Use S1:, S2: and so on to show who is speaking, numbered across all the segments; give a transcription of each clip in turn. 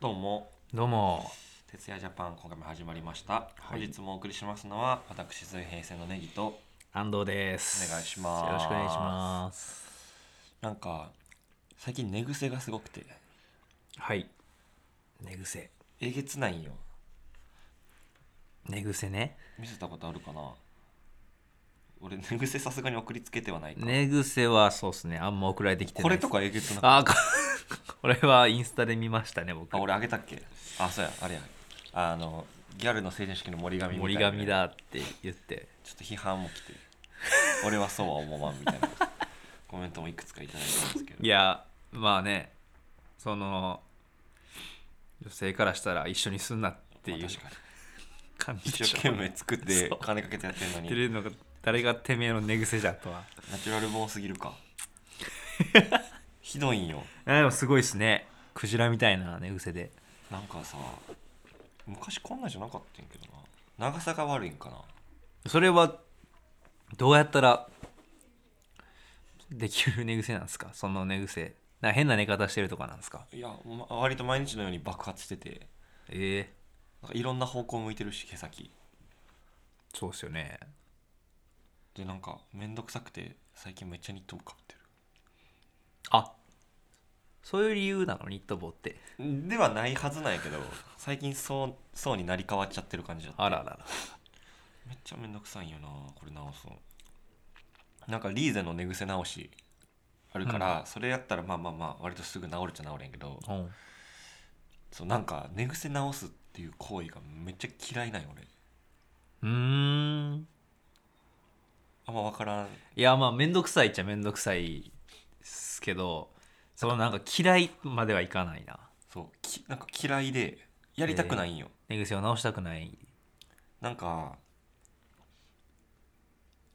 S1: どうも
S2: どうも
S1: 徹夜ジャパン今回も始まりました、
S2: は
S1: 本
S2: い
S1: 日もお送りしますのは私水平線のネギと
S2: 安藤です
S1: お願いします
S2: よろしくお願いします
S1: なんか最近寝癖がすごくて
S2: はい寝癖
S1: えげつないんよ
S2: 寝癖ね
S1: 見せたことあるかな俺寝癖さすがに送りつけてはないか、
S2: 寝癖はそうっすねあんま送られてきてな
S1: こ
S2: い
S1: れ
S2: っす
S1: とかえげつなく
S2: あこ これはインスタで見ましたね僕
S1: あ俺あげたっけあそうやあれやあのギャルの成人式の森紙みたい
S2: 森
S1: な
S2: 神だって言って
S1: ちょっと批判も来て俺はそうは思わんみたいな コメントもいくつかいただいたんですけど
S2: いやまあねその女性からしたら一緒にすんなってい
S1: ま
S2: う
S1: あ確かに
S2: 感じ
S1: 一
S2: でし
S1: 生
S2: ょ
S1: 懸命作って
S2: そう
S1: 金かけてやってるの
S2: 言
S1: に
S2: ってるのが誰がてめえの寝癖じゃんとは
S1: ナチュラルボーンすぎる かひどいんよ
S2: あでもすごいっすねクジラみたいな寝癖で
S1: なんかさ昔こんなんじゃなかったんやけどな長さが悪いんかな
S2: それはどうやったらできる寝癖なんですかその寝癖なんか変な寝方してるとかなんですか
S1: いや、ま割と毎日のように爆発してて
S2: ええ
S1: なんかいろんな方向向いてるし毛先
S2: そうっすよね
S1: でなんかめんどくさくて最近めっちゃニットもかぶって
S2: あそういう理由なのニット帽って
S1: るではないはずなんやけど最近そうそうになり変わっちゃってる感じだった
S2: あららら
S1: めっちゃめんどくさいんよなこれ直すのなんかリーゼの寝癖直しあるから、それやったらまあまあまあ割とすぐ治るっちゃ治るんやけど
S2: うん
S1: そうなんか寝癖直すっていう行為がめっちゃ嫌いなんよ俺
S2: うーん
S1: あんま分からん
S2: いやまあ面倒くさいっちゃ面倒くさいっすけどそのなんか嫌いまではいかないな
S1: そうきなんか嫌いでやりたくないんよ、
S2: 寝癖を直したくない
S1: なんか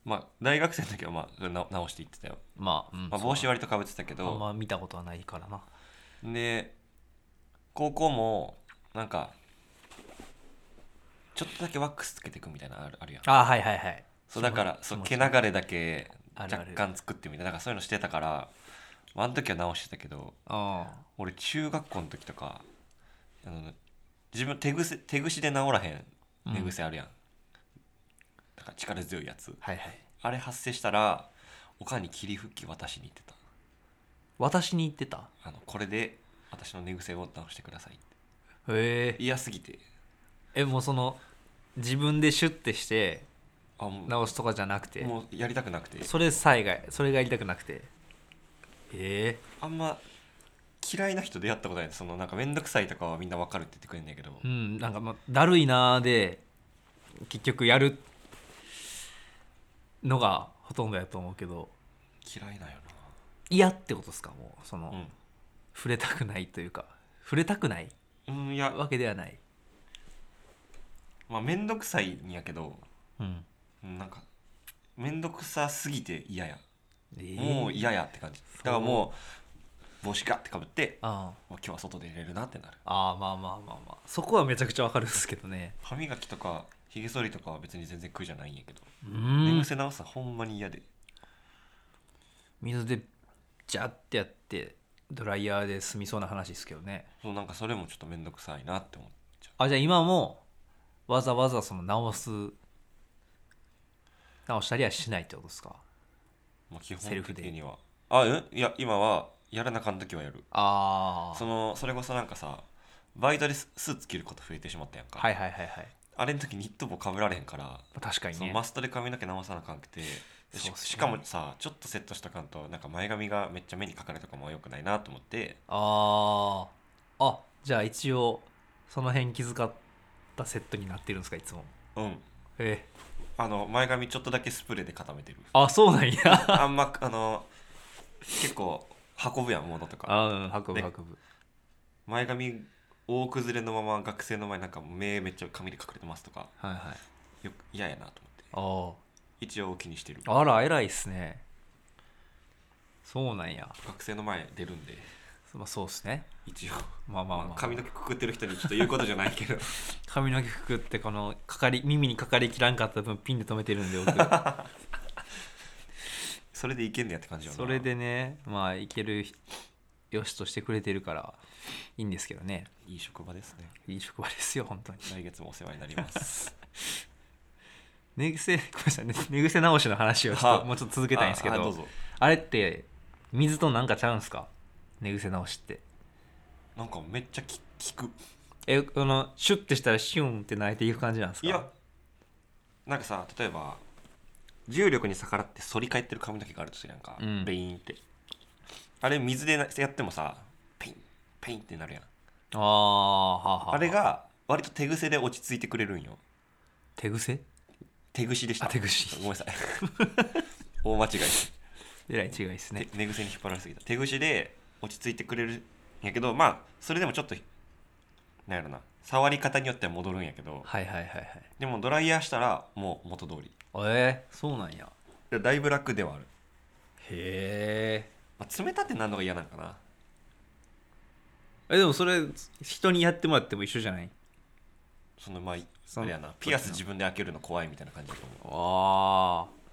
S1: まあ大学生の時はまあな直していってたよ、
S2: まあ、うん
S1: まあ、帽子割とかぶってたけ
S2: そうあん
S1: ど
S2: ま見たことはないからな
S1: で高校もなんかちょっとだけワックスつけていくみたいなのあるあるやん
S2: あはいはいはい
S1: そうだからそう毛流
S2: が
S1: れだけ
S2: あるあ
S1: 若
S2: る
S1: 干作ってみたいなだからそういうのしてたからまああの時は直してたけど
S2: ああ
S1: 俺中学校の時とかあの自分手癖手ぐしで治らへん
S2: うん
S1: 寝癖あるやん、だから力強いやつ
S2: はいはい
S1: あれ発生したらおかんに霧吹き渡しに行ってた
S2: 私に言ってた
S1: あのこれで私の寝癖を直してくださいって
S2: へえ
S1: 嫌すぎて
S2: えもうその自分でシュッてして
S1: あもう
S2: 直すとかじゃなくて
S1: もうやりたくなくて
S2: それさえがそれがやりたくなくてえ
S1: あんま嫌いな人出会ったことないそのなんか面倒くさいとかはみんなわかるって言ってくれんだけど、
S2: えうんなんかまあだるいなーで結局やるのがほとんどやと思うけど
S1: 嫌いなんよ
S2: 嫌ってことですかもうその、
S1: な
S2: 触れたくないというか触れたくない
S1: うん、うん、いや
S2: わけではない
S1: まあ面倒くさいんやけど
S2: うん
S1: うんなんか面倒くさすぎて嫌や
S2: ええ
S1: もう嫌やって感じだからもう帽子ガッてかぶって
S2: あ
S1: もう今日は外で寝れるなってなる
S2: あああまあまあまあまあそこはめちゃくちゃわかるんですけどね
S1: 歯磨きとかひげ剃りとかは別に全然苦じゃないんやけど、
S2: うん
S1: 寝癖直すのほんまに嫌で
S2: 水でジャッてやってドライヤーで済みそうな話ですけどね
S1: そうなんかそれもちょっと面倒くさいなって思っちゃ
S2: あじゃあ今もわざわざその直す直したりはしないってことですか
S1: う、まあ、基
S2: セル
S1: 本
S2: フで
S1: 的にはあうんいや今はやらなかん時はやる
S2: あ
S1: そ
S2: あ
S1: のそれこそなんかさバイトでススーツ着ること増えてしまったやんか、
S2: はいはいはいはい
S1: あれの時ニット帽かぶられへんから
S2: 確かに
S1: その
S2: ね
S1: マストで髪の毛直さなあかんくてでし
S2: そうっすね
S1: しかもさちょっとセットしたかんとなんか前髪がめっちゃ目にかかるとかも良くないなと思って
S2: あああじゃあ一応その辺気遣ったセットになってるんですかいつも
S1: うん
S2: ええ
S1: あの前髪ちょっとだけスプレーで固めてる
S2: あそうなんや
S1: あんまあの結構運ぶやん物とか
S2: あうん運ぶ
S1: で
S2: 運ぶ
S1: 前髪大崩れのまま学生の前なんか目めっちゃ髪で隠れてますとか
S2: はいはい
S1: よく嫌やなと思って
S2: あ
S1: 一応気にしてる
S2: ああら偉いっすねそうなんや、
S1: 学生の前出るんで
S2: まあ、そうっすね
S1: 一応
S2: まあまあまあ、
S1: まあ髪の毛くくってる人にちょっと言うことじゃないけ ど
S2: 髪の毛くくってこのかかり耳にかかりきらんかった分ピンで留めてるんで 僕
S1: それでいけんねやって感じよな
S2: それでねまあいける良しとしてくれてるからいいんですけどね
S1: いい職場ですね
S2: いい職場ですよ本当に
S1: 来月もお世話になります
S2: 寝癖ごめんなさいね寝癖直しの話をちょっ
S1: は
S2: ともうちょっと続けたいんですけど
S1: ああ
S2: あ
S1: どうぞ
S2: れって水となんかちゃうんすか寝癖直しって
S1: なんかめっちゃき効く
S2: えこのシュッてしたらシュンって泣いていく感じなんですか
S1: いやなんかさ例えば重力に逆らって反り返ってる髪の毛があるとするやんか、
S2: うん
S1: ペインってあれ水でなやってもさペインペインってなるやん
S2: あーはあはあは
S1: あれが割と手癖で落ち着いてくれるんよ
S2: 手癖
S1: 手ぐしでした
S2: あ手櫛
S1: ごめんなさい大間違いです
S2: えらい違いですね
S1: て寝癖に引っ張られすぎた手ぐしで落ち着いてくれるんやけどまあそれでもちょっとなんやろな触り方によっては戻るんやけど
S2: はいはいはいはい
S1: でもドライヤーしたらもう元通り
S2: えー、そうなんや
S1: でだいぶ楽ではある、
S2: へー
S1: まあ、冷たってなるのが嫌なのかな
S2: えでもそれ人にやってもらっても一緒じゃない
S1: そのまあ
S2: そ
S1: そ
S2: の
S1: れやなピアス自分で開けるの怖いみたいな感じだと思
S2: ああ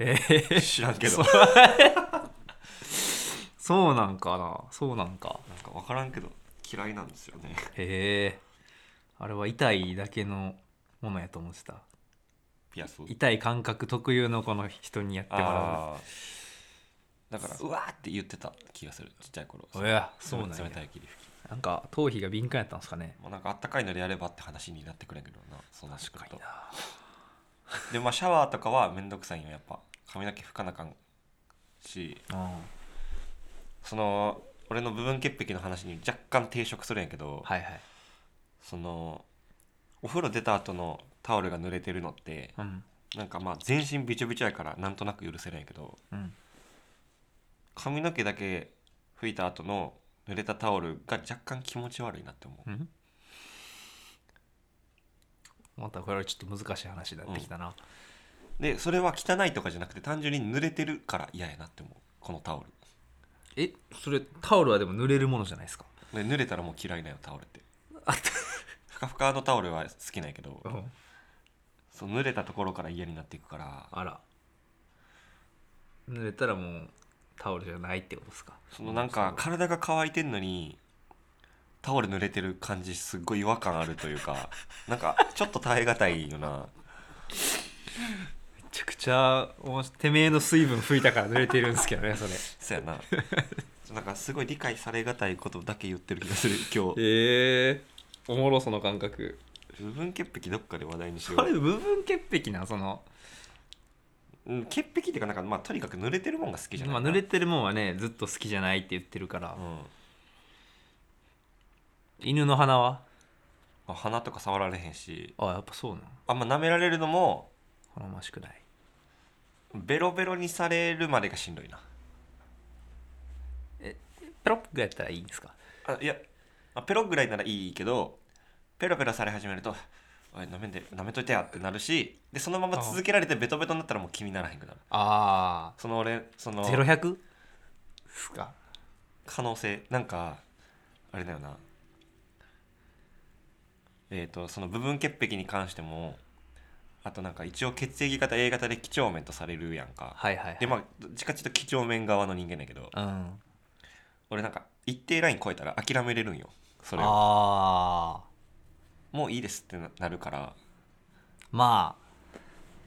S2: えー、
S1: う知らんけど
S2: そ
S1: な
S2: うん そうなんかなそうなんか
S1: か分からんけど嫌いなんですよね
S2: へえあれは痛いだけのものやと思ってた
S1: ピアスを
S2: 痛い感覚特有のこの人にやってもら
S1: あーだからうわーって言ってた気がするちっちゃい頃
S2: うおやそうなんや
S1: 冷たい霧吹き
S2: なんか頭皮が敏感やったんですかね
S1: もうなんかあったかいのでやればって話になってくるんやけどなそんなし
S2: 確か
S1: と
S2: にな
S1: でまあシャワーとかはめんどくさいんよやっぱ髪の毛拭かなあかんし
S2: うん
S1: その俺の部分潔癖の話に若干抵触するんやけど、
S2: はいはい
S1: そのお風呂出た後のタオルが濡れてるのって
S2: うん
S1: なんかまあ全身びちょびちょやからなんとなく許せるんやけど
S2: うん
S1: 髪の毛だけ拭いた後の濡れたタオルが若干気持ち悪いなって思う
S2: うんまたこれはちょっと難しい話になってきたな、
S1: でそれは汚いとかじゃなくて単純に濡れてるから嫌やなって思うこのタオル
S2: えそれタオルはでも濡れるものじゃないですか
S1: で濡れたらもう嫌いなよタオルって
S2: あ
S1: ふかふかのタオルは好きなんやけど、
S2: うん
S1: そう濡れたところから嫌になっていくから
S2: あら濡れたらもうタオルじゃないってことですか
S1: そのなんか体が乾いてんのにタオル濡れてる感じすっごい違和感あるという かなんかちょっと耐え難いよな
S2: めちゃくちゃおてめえの水分拭いたから濡れてるんですけどね それ
S1: そやななんかすごい理解されがたいことだけ言ってる気がす る今日
S2: ええおもろその感覚
S1: 部分潔癖どっかで話題にしよ
S2: あれ
S1: う
S2: 部分潔癖なその、
S1: うん潔癖っていうかなんかまあとにかく濡れてるもんが好きじゃない
S2: まあ、濡れてるもんはねずっと好きじゃないって言ってるから、
S1: うんま
S2: 犬の鼻は
S1: あ鼻とか触られへんし
S2: あやっぱそうなの
S1: あんま舐められるのも
S2: 好ましくない
S1: ベロベロにされるまでがしんどいな
S2: ペロッグやったらいいんですか
S1: あいやあペロぐらいならいいけどペロペロされ始めると「おいなめんでなめといてや」ってなるしでそのまま続けられてベトベトになったらもう気にならへんくなる
S2: あ
S1: その俺その
S2: あ 0100? すか
S1: 可能性なんかあれだよなえっ、とその部分潔癖に関してもあとなんか一応血液型 A 型で几帳面とされるやんか
S2: はいはい、はい、
S1: でまあどっちかちょっと几帳面側の人間だけど
S2: うん
S1: 俺なんか一定ライン超えたら諦めれるんよそれを
S2: ああ
S1: もういいですってななるから
S2: まあ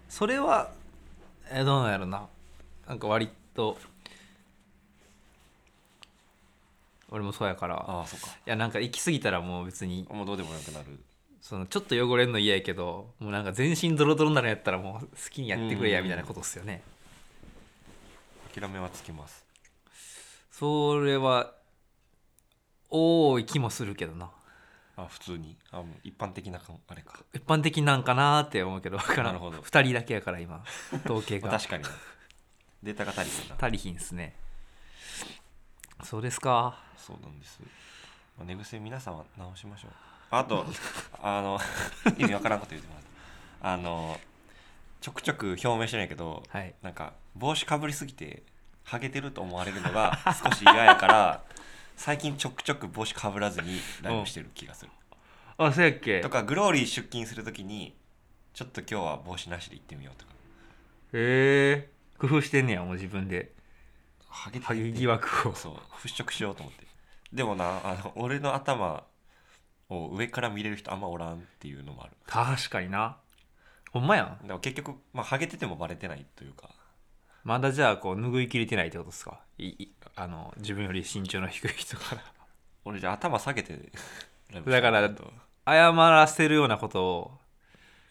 S2: それはえどうなんやろななんか割と俺もそうやから
S1: ああそっか
S2: いやなんか行き過ぎたらもう別に
S1: もうどうでもなくなる
S2: そのちょっと汚れんの嫌やけどもうなんか全身ドロドロになるんやったらもう好きにやってくれや
S1: うん
S2: みたいなことっすよね
S1: 諦めはつきます
S2: それは多い気もするけどな
S1: あ普通にあもう一般的なかんあれか、
S2: 一般的なんかなーって思うけど分からん
S1: なるほど
S2: 2人だけやから今統計
S1: ま
S2: が
S1: あ、確かになデータが足りてな
S2: 足りひんっすねそうですか
S1: そうなんです、まあ、寝癖皆さんは直しましょうあ とあの意味わからんこと言ってますあのちょくちょく表明してないけど、
S2: はい
S1: なんか帽子かぶりすぎてハゲてると思われるのが少し嫌やから最近ちょくちょく帽子かぶらずにライブしてる気がする
S2: あそうやっけ
S1: とかグローリー出勤するときにちょっと今日は帽子なしで行ってみようとか
S2: へえ工夫してんねやもう自分で
S1: ハゲて
S2: ハゲ疑惑を
S1: そう払拭しようと思ってでもなあの俺の頭を上から見れる人あんまおらんっていうのもある
S2: 確かになほんまやん
S1: でも結局、まあ、ハゲててもバレてないというか
S2: まだじゃあこう拭いきれてないってことですかいいあの自分より身長の低い人から
S1: 俺じゃあ頭下 げてライブ
S2: だから
S1: したいなと
S2: 謝らせるようなことを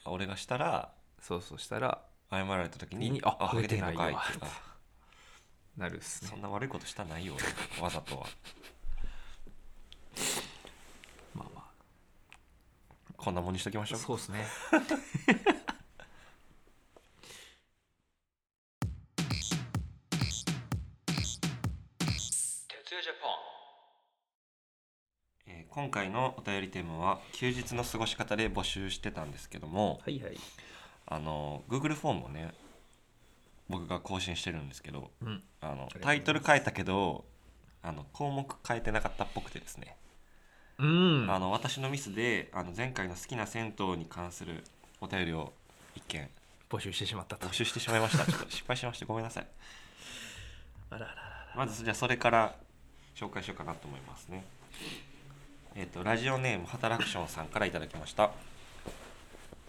S1: 俺がしたら
S2: そうそうしたら
S1: 謝られた時
S2: に
S1: に「
S2: あ
S1: あハゲてんのかい」
S2: ハゲて
S1: と
S2: ないわ
S1: か
S2: なるっす
S1: そ
S2: ね
S1: んな悪いことしたないよ俺わざとは
S2: まあま
S1: こんなもんにしときまし
S2: あ
S1: ょう
S2: そうっすね
S1: えー今回のお便りテーマは休日の過ごし方で募集してたんですけども
S2: はいはい
S1: あの Google フォームをね僕が更新してるんですけど
S2: うん
S1: あの
S2: りがとうございます
S1: タイトル変えたけどあの項目変えてなかったっぽくてですね、
S2: うん
S1: あの私のミスであの前回の好きな銭湯に関するお便りを一件
S2: 募集してしまったと
S1: 募集してしまいましたちょっ と失敗しましてごめんなさい
S2: あらあらあら
S1: まずじゃあそれから紹介しようかなと思いますねえっ、とラジオネーム働くションさんからいただきました好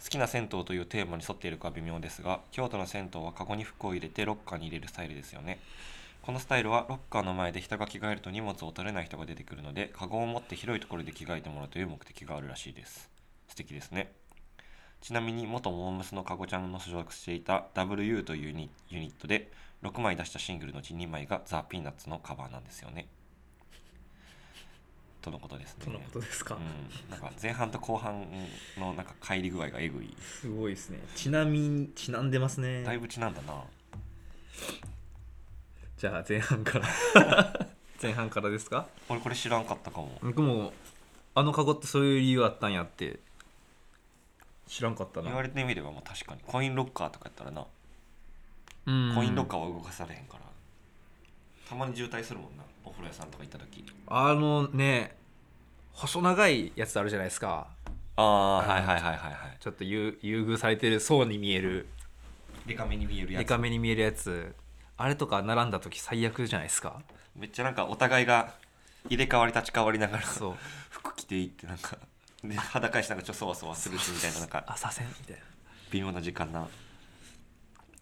S1: きな銭湯というテーマに沿っているかは微妙ですが京都の銭湯はカゴに服を入れてロッカーに入れるスタイルですよねこのスタイルはロッカーの前で人が着替えると荷物を取れない人が出てくるのでカゴを持って広いところで着替えてもらうという目的があるらしいです素敵ですねちなみに元モームスのカゴちゃんの所属していた WU というユニユニットで6枚出したシングルのうち2枚がザ・ピーナッツのカバーなんですよねとのことですね
S2: そんなことですか、
S1: うん、なんか前半と後半のなんか乖離具合がえぐい
S2: すごいですねちなみにちなんでますね
S1: だいぶちなんだな
S2: じゃあ前半から 前半からですか
S1: 俺これ知らんかったかも
S2: 僕もあのカゴってそういう理由あったんやって知らんかった
S1: 言われてみればもう確かにコインロッカーとかやったらな、
S2: うん
S1: コインロッカーは動かされへんからたまに渋滞するもんなお風呂屋さんとか行った時
S2: あのね細長いやつあるじゃないですか
S1: ああ
S2: は
S1: はいい
S2: は
S1: はいいはいはいはい
S2: ちょっと優優遇されてる層に見える
S1: デカめに見えるや
S2: デ
S1: つ
S2: カめに見えるやつあれとか並んだ時最悪じゃないですか
S1: めっちゃなんかお互いが入れ替わり立ち替わりながら
S2: そう
S1: 服着ていってなんかで裸やしなんかちょっとそわそわするしみたいななん か
S2: 朝鮮みたいな
S1: 微妙な時間な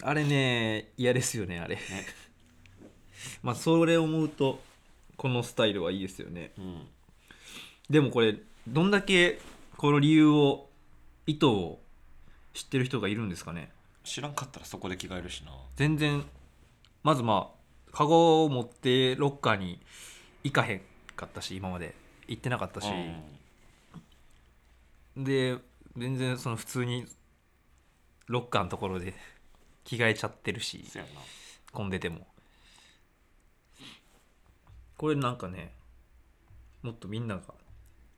S2: あれね嫌ですよねあれ まあそれ思うとこのスタイルはいいですよね
S1: うん
S2: でもこれどんだけこの理由を意図を知ってる人がいるんですかね
S1: 知らんかったらそこで着替えるしな
S2: 全然まずまあカゴを持ってロッカーに行かへんかったし今まで行ってなかったし、
S1: うん
S2: で全然その普通にロッカーのところで着替えちゃってるし
S1: そやな
S2: 混んでてもこれなんかねもっとみんなが、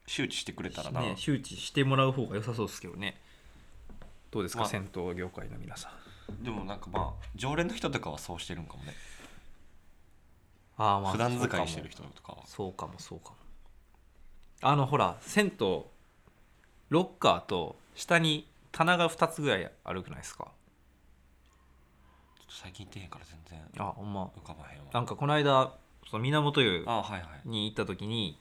S1: 周知してくれたらな、
S2: ね、周知してもらう方が良さそうですけどねどうですか、
S1: まあ
S2: 銭湯業界の皆さん
S1: でもなんかまあ常連の人とかはそうしてるんかもね
S2: あーまあ
S1: 普段
S2: そうか
S1: 使
S2: も
S1: いしてる人とかは
S2: そうかもそうかもあのほら銭湯ロッカーと下に棚が2つぐらいあるくないですか
S1: ちょっと最近行ってへんから全然
S2: あほんま
S1: 浮かばへんわ
S2: なんかこの間その源湯
S1: あはいはい
S2: に行った時に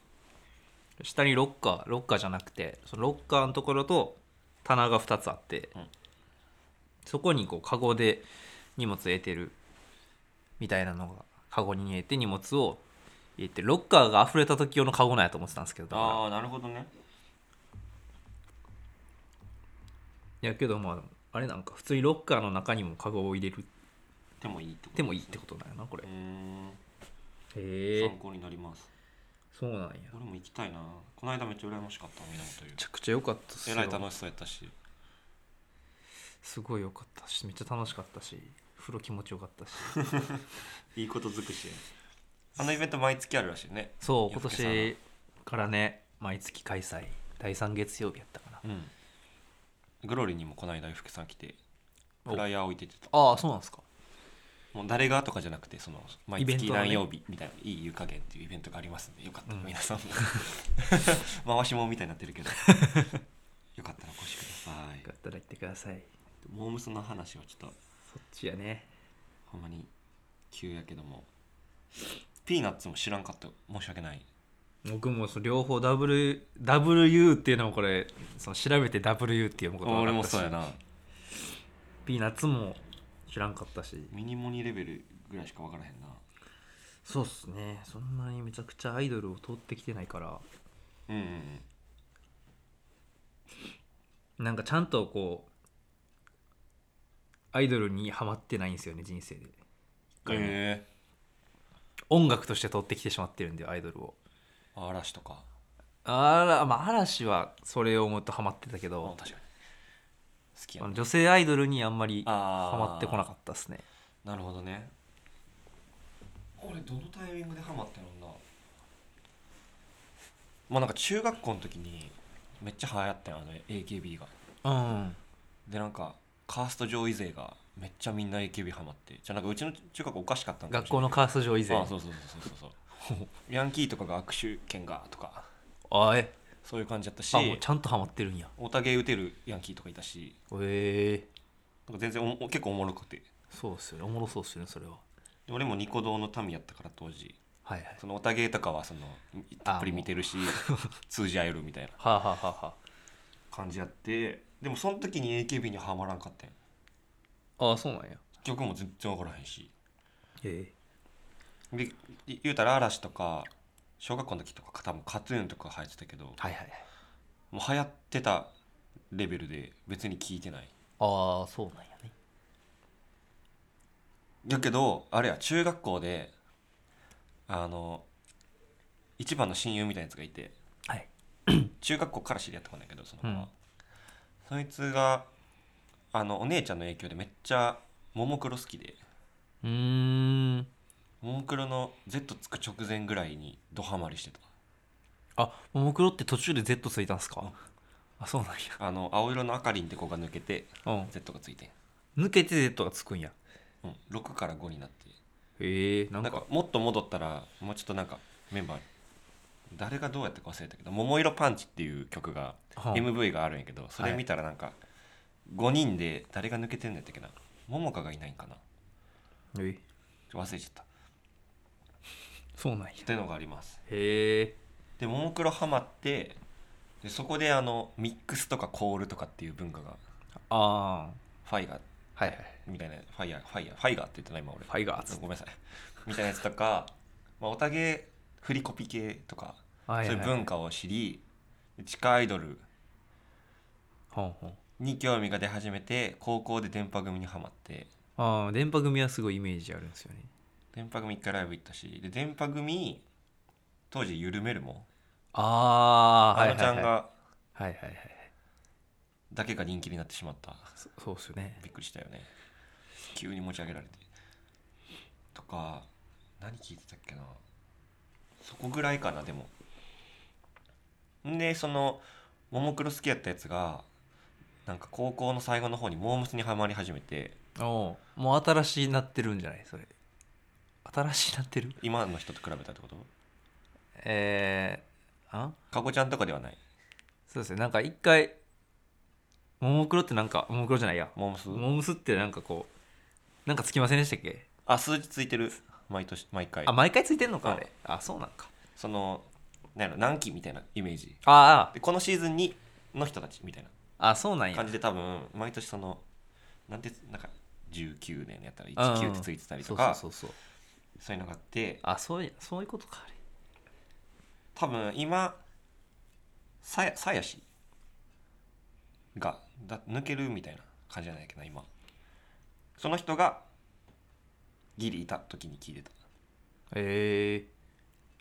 S2: 下にロッカーロッカーじゃなくてそのロッカーのところと棚が2つあって、
S1: うん
S2: そこにこうカゴで荷物入れてるみたいなのがカゴに入れて荷物を入れてロッカーが溢れた時用のカゴなんやと思ってたんですけどだから
S1: ああなるほどね
S2: いやけどまああれなんか普通にロッカーの中にもカゴを入れる
S1: でもいいってこと
S2: でもいいってことだよなこれ
S1: う
S2: へ
S1: ーん参
S2: え
S1: 考になります
S2: そうなんやめ
S1: 俺も行きたいなこの間めっちゃ羨ましかった源
S2: ちゃくちゃ良かったっす
S1: 湯えら
S2: よ
S1: い楽しそうやったし
S2: すごい良かったしめっちゃ楽しかったし風呂気持ちよかったし
S1: いいこと尽くしやあのイベント毎月あるらしいね
S2: そう
S1: ゆ
S2: 今
S1: うすけさん
S2: 年からね毎月開催第3月曜日やったかな
S1: うんグローリーにもこの間福さん来てフライヤー置いててた
S2: ああそうなんですか
S1: もう誰がとかじゃなくてその毎
S2: イベン
S1: 月
S2: トのね
S1: 何曜日みたいな、いい湯加減っていうイベントがありますんでよかったら
S2: うん
S1: 皆さんも 回しもんみたいになってるけどよかったらお越しくださ
S2: よか
S1: い
S2: ったら行ってください
S1: モームスの話はちょっと
S2: そっちやね
S1: ほんまに急やけどもピーナッツも知らんかったよ申し訳ない
S2: 僕もそう両方 W W っていうのもこれその調べて W って読むこと
S1: 俺
S2: なか
S1: も
S2: ったし
S1: そうやな
S2: ピーナッツも知らんかったし
S1: ミニモニレベルぐらいしか分からへんな
S2: そうっすねそんなにめちゃくちゃアイドルを通ってきてないから
S1: うんうん
S2: なんかちゃんとこうアイドルにはまってないんですよね人生で
S1: うん
S2: 回も
S1: へえ
S2: 音楽として通ってきてしまってるんでアイドルを
S1: 嵐とか
S2: あらまあ嵐はそれを思うとハマってたけ
S1: あ
S2: ど
S1: 確かに好きや
S2: あ
S1: な
S2: の女性アイドルにあんまりハ
S1: あー
S2: マってこなかったですね
S1: なるほどね俺どのタイミングでハマったのなまあなんか中学校の時にめっちゃ流行ったよあの AKB が
S2: うん
S1: でなんかカースト上位勢がめっちゃみんな AKB ハマってじゃあなんかうちの中学校おかしかったんかも
S2: 学
S1: しれ
S2: 校
S1: な
S2: の
S1: い
S2: カースト上以前
S1: あそうそうそうそうそうそう ヤンキーとかが握手券がとか
S2: あえ
S1: そういう感じだったし
S2: あもうちゃんとハマってるんや
S1: おたげ打てるヤンキーとかいたし
S2: ええ
S1: なんか全然おお結構おもろくて
S2: そうっすよねおもろそうっすよねそれは
S1: で俺もニコ動の民やったから当時
S2: はいはい
S1: そのおたげとかはそのたっぷり見てるし 通じ合えるみたいな
S2: はあ、はあはあは
S1: 感じやってでもその時に AKB にはハマらんかったんよ
S2: あ、ああそうなんや
S1: 曲も全然分からへんし
S2: え
S1: でい言うたら嵐とか小学校の時とか多分カトゥーンとか入ってたけど
S2: はいはいはい
S1: もう流行ってたレベルで別に聞いてない
S2: ああそうなんやね
S1: だけどあれや中学校であの一番の親友みたいなやつがいて
S2: はい
S1: 中学校から知り合った子なんやけどその子は、
S2: うん
S1: そいつがあのお姉ちゃんの影響でめっちゃももクロ好きで
S2: うーん
S1: ももクロの Z つく直前ぐらいにドハマりしてた
S2: あももクロって途中で Z ついたんすかあそうなんや
S1: あの青色のあかりんって子が抜けて
S2: うん
S1: Z がついて
S2: 抜けて Z がつくんや
S1: ん、うん、6から5になって
S2: へえな
S1: なん
S2: ん
S1: か
S2: か
S1: もっと戻ったらもうちょっとなんかメンバー誰がどうやったか忘れたけど「桃色パンチ」っていう曲が
S2: はあ
S1: MV があるんやけどそれ見たらなんか5人で誰が抜けてんのやったっけな桃香がいないんかな
S2: ええ
S1: 忘れちゃったっ
S2: そうなんや
S1: ていうのがあります
S2: へえ
S1: でももクロハマってでそこであのミックスとかコールとかっていう文化が
S2: ああ
S1: ファイガー
S2: はいはい
S1: みたいなファイヤーファイヤーファイガーって言ってない今俺
S2: ファイガーっつって
S1: ごめんなさいみたいなやつとか、まあ、おたげ振りコピ系とか
S2: は
S1: そういう文
S2: 化
S1: 化を知り地下アイドル
S2: ほんほん
S1: に興味が出始めて高校で電波組にはまって
S2: ああ電波組はすごいイメージあるんですよね
S1: 電波組一回ライブ行ったしで電波組当時「ゆるめるも」
S2: ああ
S1: あのちゃん
S2: はい
S1: が
S2: はいはいはい
S1: だけが人気になってしまった
S2: そそうっすよね
S1: びっくりしたよね急に持ち上げられてとか何聞いてたっけなそこぐらいかなでもんでそのももクロ好きやったやつがなんか高校の最後の方にモームスにはまり始めて
S2: おうもう新しいなってるんじゃないそれ新しいなってる
S1: 今の人と比べたってこと
S2: えー、あ
S1: かこちゃんとかではない
S2: そうですねなんか一回ももクロってなんかももクロじゃないや
S1: モームス
S2: モームスってなんかこうなんかつきませんでしたっけ
S1: あ数字ついてる毎年毎回
S2: あ毎回ついてんのかあ
S1: う
S2: れあそうなんか
S1: そのなんやろ何期みたいなイメージ
S2: あー
S1: でこのシーズンにの人たちみたいな
S2: ああそうなんや
S1: 感じで多分毎年そのなんてなんか19年やったら
S2: うん
S1: 19ってついてたりとか
S2: そうそうそうそう
S1: そういうのがあって
S2: あそういそういうことかあれ
S1: 多分今さやさやしがだ抜けるみたいな感じじゃないかな今その人がギリいた時に聞いて
S2: え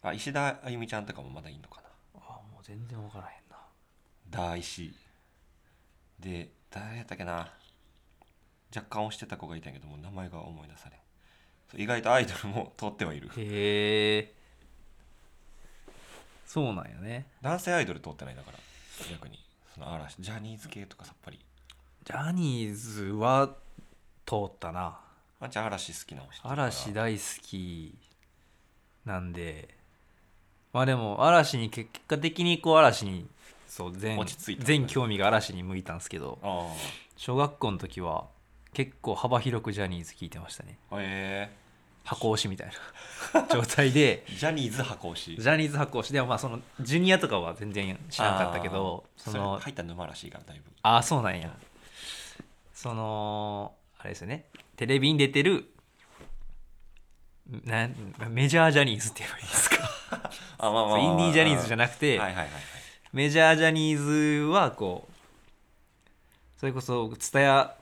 S1: たあ石田あゆみちゃんとかもまだいいのかな
S2: ー、あもう全然分からへんな
S1: 大石で誰やったっけな若干押してた子がいたんやけどもう名前が思い出されんそう意外とアイドルも通ってはいる
S2: へえそうなんやね
S1: 男性アイドル通ってないだから逆にその嵐ジャニーズ系とかさっぱり
S2: ジャニーズは通ったな
S1: あんちゃん嵐好きなの知ってるから
S2: 嵐大好きなんでまあでも嵐に結結果的にこう嵐にそう全
S1: 落ち着いた
S2: 全興味が嵐に向いたんですけど
S1: あ
S2: 小学校の時は結構幅広くジャニーズ聞いてましたね
S1: あへえ
S2: 箱押しみたい な状態で
S1: ジャニーズ箱押し
S2: ジャニーズ箱押しでもまあそのジュニアとかは全然知らなかったけど
S1: あー
S2: そ
S1: それ
S2: の
S1: 入った沼らしいからだいぶ
S2: ああそうなんやそのあれですよねテレビに出てるなんメジャージャニーズって言えばいいですか
S1: あ まあまあまあ
S2: インディージャニーズじゃ
S1: な
S2: なくて、
S1: はいはいはいはい
S2: メジャージャニーズはこうそれこそツタヤ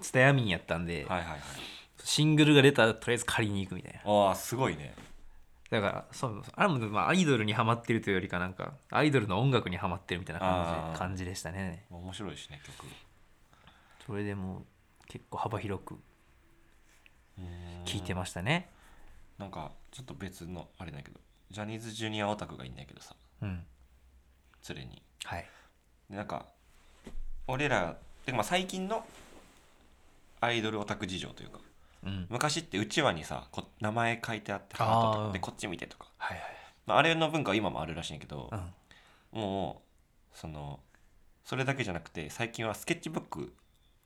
S2: ツタヤ民やったんで、
S1: はいはいはい
S2: シングルが出たらとりあえず借りに行くみたいな
S1: ああすごいね
S2: だからそうあれもまあアイドルにハマってるというよりかなんかアイドルの音楽にハマってるみたいな感
S1: あー
S2: じ感じでしたね
S1: 面白いしね曲
S2: それでもう結構幅広く
S1: うーん
S2: 聴いてましたね
S1: なんかちょっと別のあれだけどジャニーズジュニアオタクがいいんだけどさ
S2: うん
S1: 連れに
S2: はい
S1: でなんか俺らてかまあ最近のアイドルオタク事情というか
S2: うん
S1: 昔ってうちわにさこ名前書いてあって
S2: あー
S1: ハートとかでこっち見てとか
S2: はい
S1: まああれの文化は今もあるらしいんやけど
S2: はいうん
S1: もうそのそれだけじゃなくて最近はスケッチブック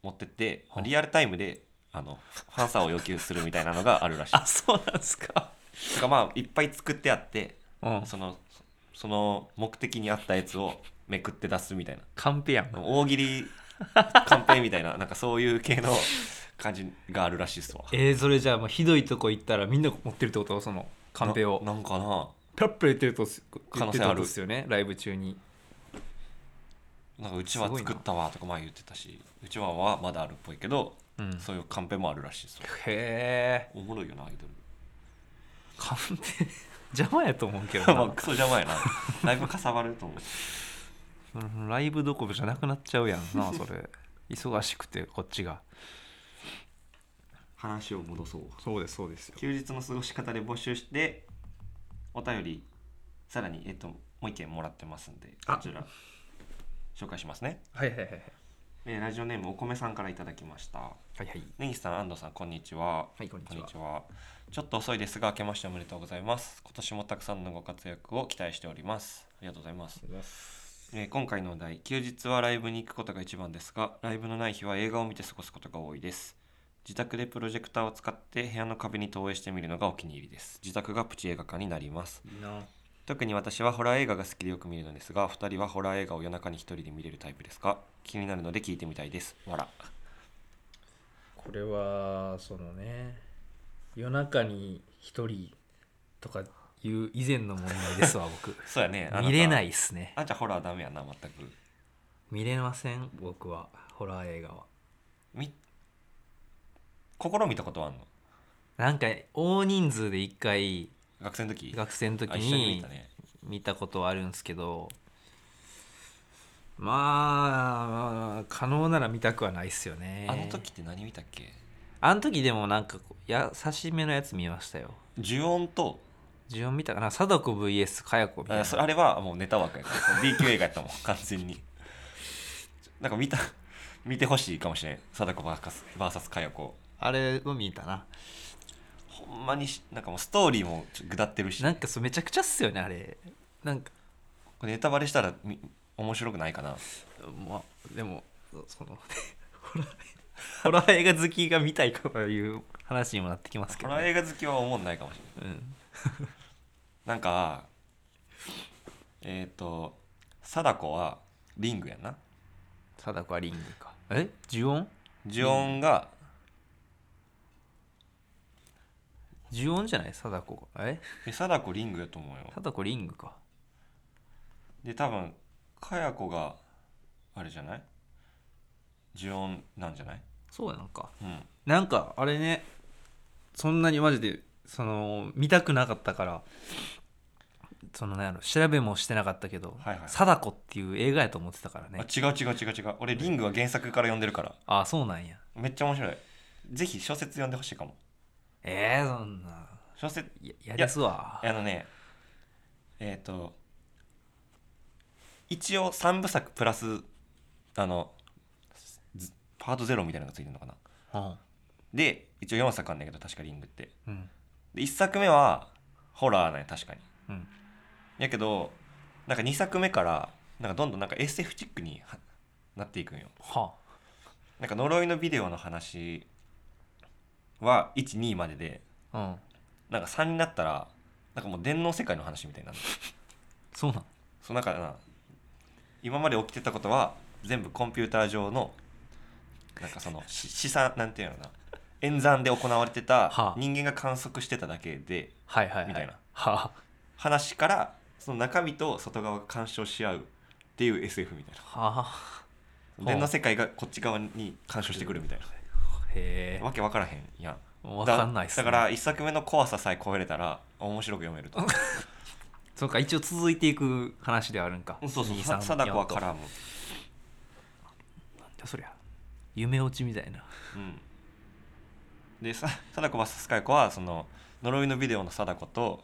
S1: 持ってって
S2: はあ
S1: リアルタイムであのファンサを要求するみたいなのがあるらしい
S2: あそうなんですか
S1: とかまあいっぱい作ってあって
S2: うん
S1: そのその目的に合ったやつをめくって出すみたいな
S2: カンペやんへ
S1: 大喜利カンペみたいななんかそういう系の感じがあるらしいっすわ
S2: えー、それじゃあもうひどいとこ行ったらみんな持ってるってことその カンペを
S1: ななんかな
S2: ペラッペラ言ってるとす
S1: 可能性ある
S2: 言ってことですよねライブ中に
S1: なんかうちは作ったわとかまあ言ってたしうちわはまだあるっぽいけど、
S2: うんへ
S1: そういうカンペもあるらしいっすわ
S2: え
S1: おもろいよなアイドル
S2: カンペ邪魔やと思うけど
S1: まあ
S2: な
S1: クソ邪魔や なだいぶかさばると思う
S2: うんライブどころじゃなくなっちゃうやんなそれ忙しくてこっちが
S1: 話を戻そう
S2: そうですそうですよ
S1: 休日の過ごし方で募集してお便りさらに、えっと、もう一件もらってますんでこ
S2: あ
S1: ちら紹介しますね、
S2: はいはいはいはい
S1: えーラジオネームお米さんからいただきました
S2: はいはい
S1: 根岸さん安藤さんこんにちは
S2: はいこんにちは
S1: ちょっと遅いですが明けましておめでとうございます今年もたくさんのご活躍を期待しておりますありがとうございますえー今回のお題休日はライブに行くことが一番ですがライブのない日は映画を見て過ごすことが多いです自宅でプロジェクターを使って部屋の壁に投影してみるのがお気に入りです自宅がプチ映画館になります
S2: いいな
S1: 特に私はホラー映画が好きでよく見るのですが2人はホラー映画を夜中に1人で見れるタイプですか気になるので聞いてみたいですわら
S2: これはそのね夜中に一人とかいう以前の問題ですわ 僕
S1: そうやねあた
S2: 見れないっすね
S1: あんちゃんホラーダメやな全く
S2: 見れません僕はホラー映画は
S1: み試みたことはあんの
S2: なんか大人数で一回
S1: 学生の時
S2: 学生の時
S1: あ一緒に見
S2: に
S1: たね
S2: 見たことはあるんですけどまあ可能なら見たくはないっすよね
S1: あの時って何見たっけ
S2: あの時でもなんかこう優しめのやつ見ましたよ
S1: 呪音と
S2: ジオン見たかな貞子 VS かや子みたい
S1: あ
S2: な
S1: それあれはもうネタ枠やから B 級映画やったもん完全になんか見た 見てほしいかもしれん貞子 VS 佳代子
S2: あれを見たな
S1: ほんまにしなんかもうストーリーもちょっと下ってるし
S2: なんかそうめちゃくちゃっすよねあれなんか
S1: これネタバレしたらみ面白くないかな
S2: まあでもその ホラーホラー映画好きが見たいかという話にもなってきますけ
S1: こ
S2: ど、
S1: の
S2: ね
S1: 映画好きは思んないかもしれん
S2: うん、
S1: なんかえっ、と貞子はリングやな
S2: 貞子はリングかえ呪音
S1: 呪音が
S2: 呪音じゃない貞子がえ
S1: え貞子リングやと思うよ
S2: 貞子リングか
S1: で多分佳代子があれじゃない呪音なんじゃない
S2: そうやなんか
S1: うん
S2: なんかあれねそんなにマジでその見たくなかったからそのなんやろ調べもしてなかったけど
S1: はいはい
S2: 貞子」っていう映画やと思ってたから
S1: あ
S2: ね
S1: 違う違う違う違う俺リングは原作から読んでるから
S2: ああそうなんや
S1: めっちゃ面白いぜひ小説読んでほしいかも
S2: えー、そんな
S1: 小説
S2: ややですわ
S1: あのねえっ、と一応3部作プラスあのずパート0みたいなのがついてるのかな
S2: うん
S1: で一応4作あんだけど確かリングって
S2: うん
S1: で1作目はホラーなんや確かに
S2: うん
S1: やけどなんか2作目からなんかどんどんなんか SF チックにはなっていくんよ
S2: は
S1: なんか呪いのビデオの話は12までで
S2: あうん
S1: なんか3になったらなんかもう電脳世界の話みたいになる
S2: そうなん
S1: そうなんかな今まで起きてたことは全部コンピューター上のなんかそのし試算なんていうのかな演算で行われて
S2: は
S1: た
S2: あ
S1: 人間が観測してただけで
S2: はいはいはい
S1: みたいな
S2: は
S1: 話からその中身と外側が干渉し合うっていう SF みたい
S2: あはあ
S1: な電脳世界がこっち側に干渉してくるみたい
S2: へ
S1: な
S2: え
S1: わけわからへんやん
S2: 分かんないっす、ね、
S1: だだから一作目の怖ささえ超えれたら面白く読めると
S2: そうか一応続いていく話ではあるんか
S1: そうそう
S2: 二
S1: さ
S2: 三
S1: 貞子は
S2: 四と
S1: 絡む、
S2: なんだそりゃ夢落ちみたいな
S1: うん、でさ貞子 VS スカイ子はその呪いのビデオの貞子と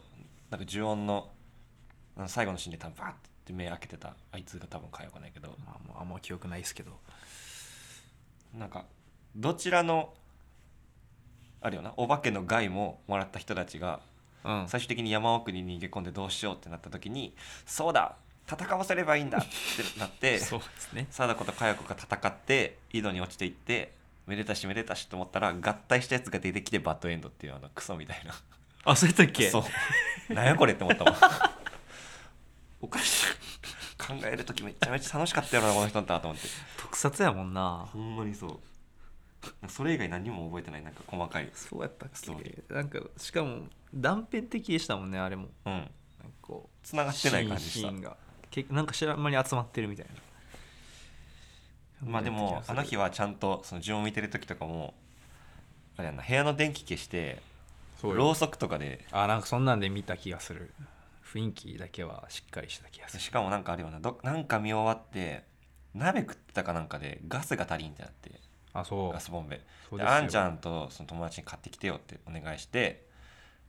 S1: なんか呪音のあの最後のシーンで多分バーって目開けてたあいつが多分会話がないけど
S2: まあもうあんま記憶ないですけど
S1: なんかどちらのあるよなお化けの害ももらった人たちが
S2: うん
S1: 最終的に山奥に逃げ込んでどうしようってなった時にそうだ戦わせればいいんだってなっ て
S2: そうですね
S1: 貞子と佳代子が戦って井戸に落ちていってめでたしめでたしと思ったら合体したやつが出てきてバッドエンドっていうあのクソみたいな
S2: あそうやったっけ
S1: そうなんやこれって思ったもん おかしい考える時めちゃめちゃ楽しかったよなこの人だと思って
S2: 特撮やもんな
S1: ほんまにそうそれ以外何も覚えてないなんか細かい
S2: そうやったっ
S1: ストーリ
S2: けなんかしかも断片的でしたもんねあれも
S1: うん
S2: なんかこう
S1: 繋がってない感じ
S2: シ
S1: し
S2: ーン
S1: た
S2: シーンがけなんか知らん間に集まってるみたいな
S1: まあでもあの日はちゃんとその順を見てる時とかもあれやんな部屋の電気消して
S2: そうよ
S1: ろうそくとかで
S2: あなんかそんなんで見た気がする雰囲気だけはしっかりしてた気がする
S1: しかもなんかあるよなどなんか見終わって鍋食ってたかなんかでガスが足りんってなって
S2: あそう
S1: ガスボンベ
S2: そう
S1: で
S2: ですよ
S1: あんちゃんとその友達に買ってきてよってお願いして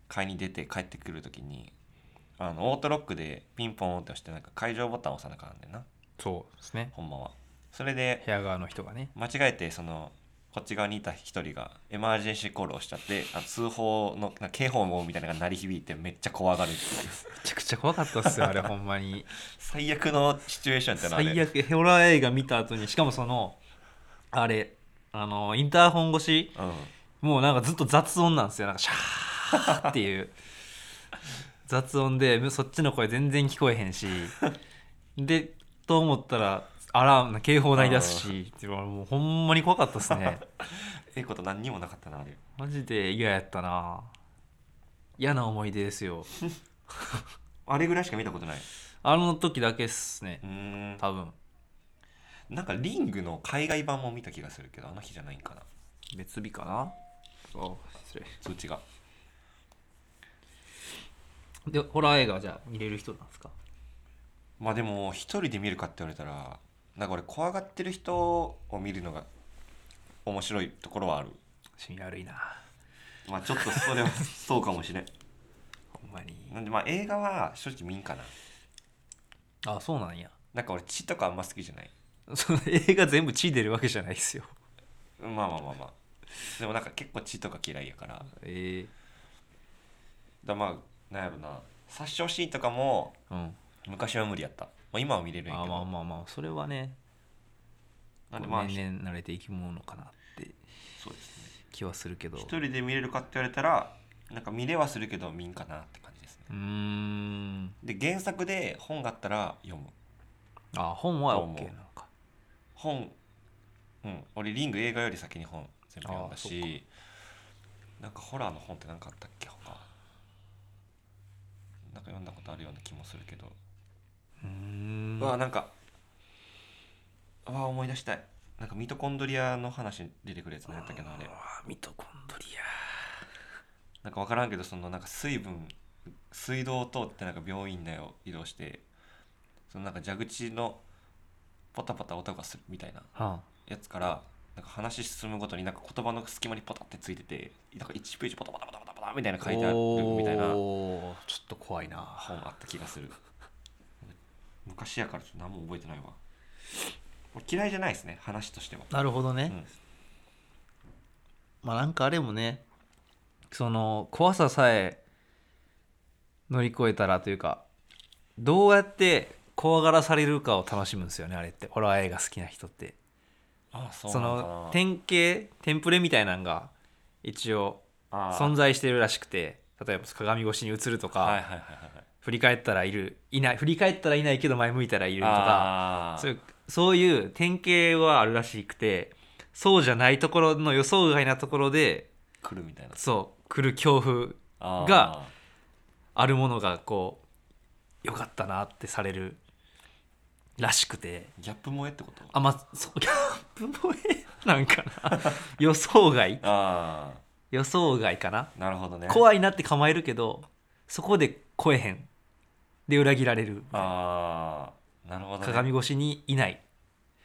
S1: 買いに出て帰ってくる時にあのオートロックでピンポンって押してなんか解除ボタン押さなあかんねんな
S2: そうですね
S1: ほんまはそれで
S2: 部屋側の人がね
S1: 間違えてそのこっち側にいた一人がエマージェンシーコールをしちゃってあ通報のなんか警報音みたいなのが鳴り響いてめっちゃ怖がるっていう
S2: めちゃくちゃ怖かったっすよあれほんまに
S1: 最悪のシチュエーションやったなあれ
S2: 最悪ホラー映画見た後にしかもそのあれあのインターホン越し
S1: うん
S2: もうなんかずっと雑音なんですよなんかシャーっ ていう雑音でそっちの声全然聞こえへんしでと思ったらアラーム警報鳴り出すしっていうもうほんまに怖かったです ね
S1: ええこと何にもなかったなあれ
S2: マジで嫌やったな嫌な思い出ですよ
S1: あれぐらいしか見たことない
S2: あの時だけっすね
S1: うーん
S2: 多分
S1: なんかリングの海外版も見た気がするけどあの日じゃないんかな
S2: 別日かなあ失礼
S1: 通知が
S2: でホラー映画はじゃあ見れる人なんですか
S1: まあでも一人で見るかって言われたらなんか俺怖がってる人を見るのが面白いところはある
S2: 趣味悪いな
S1: まあちょっとそれはそうかもしれん
S2: ほんまに
S1: なんでまあ映画は正直見んかな
S2: あそうなんや
S1: なんか俺血とかあんま好きじゃない
S2: その映画全部血出るわけじゃないですよ
S1: まあまあまあまあでもなんか結構血とか嫌いやから
S2: え
S1: だまあなんやろな殺傷シーンとかも
S2: えうん
S1: 昔は無理やった、まあ、今は見れるんや
S2: あ
S1: けど
S2: まあまあまあそれはね
S1: なんで
S2: こ
S1: ま
S2: う
S1: あ
S2: 年々慣れていきものかなって
S1: そうですね
S2: 気はするけど
S1: 一人で見れるかって言われたらなんか見れはするけど見んかなって感じですね
S2: うーん
S1: で原作で本があったら読む
S2: あ本は
S1: どうも
S2: OK なのか
S1: 本うん俺リング映画より先に本全部読んだ
S2: あ
S1: しなんかホラーの本って何かあったっけ他なんか読んだことあるような気もするけど、
S2: うーん
S1: うわなんかうわ思い出したいなんかミトコンドリアの話出てくるやつ何やったっけなあれ
S2: うわミトコンドリ
S1: なんか分からんけどそのなんか水分水道を通ってなんか病院内を移動してそのなんか蛇口のポタポタ音がするみたいな
S2: アは
S1: やつからなんか話進むごとになんか言葉の隙間にポタってついててなんか1ページポタポタポタポタポタみたいな書いてあるみたいな本
S2: おーちょっと怖いな
S1: あった気がする昔やからちょっと何も覚えてないわ嫌いじゃないですね話としては、
S2: なるほど
S1: う
S2: ね、
S1: ん、
S2: まあなんかあれもねその怖ささえ乗り越えたらというかどうやって怖がらされるかを楽しむんですよねあれってホラー映画好きな人って
S1: ああそ
S2: そう
S1: なのか
S2: の
S1: な
S2: 典型テンプレみたいなのが一応
S1: あー
S2: 存在してるらしくて例えば鏡越しに映るとか、
S1: はいはいはいはいはい
S2: 振り返ったらいるいない振り返ったらいないけど前向いたらいるとか
S1: あー
S2: そういうそういう典型はあるらしくてそうじゃないところの予想外なところで
S1: 来るみたいな
S2: そう来る恐怖
S1: あー
S2: があるものがこうよかったなってされるらしくて
S1: ギャップ萌えってこと
S2: あまあそう ギャップ萌えなんかな予想外
S1: あ
S2: 予想外かな
S1: ーなるほどね
S2: 怖いなって構えるけどそこで来えへんで裏切られる
S1: ああなるほど、ね、
S2: 鏡越しにいない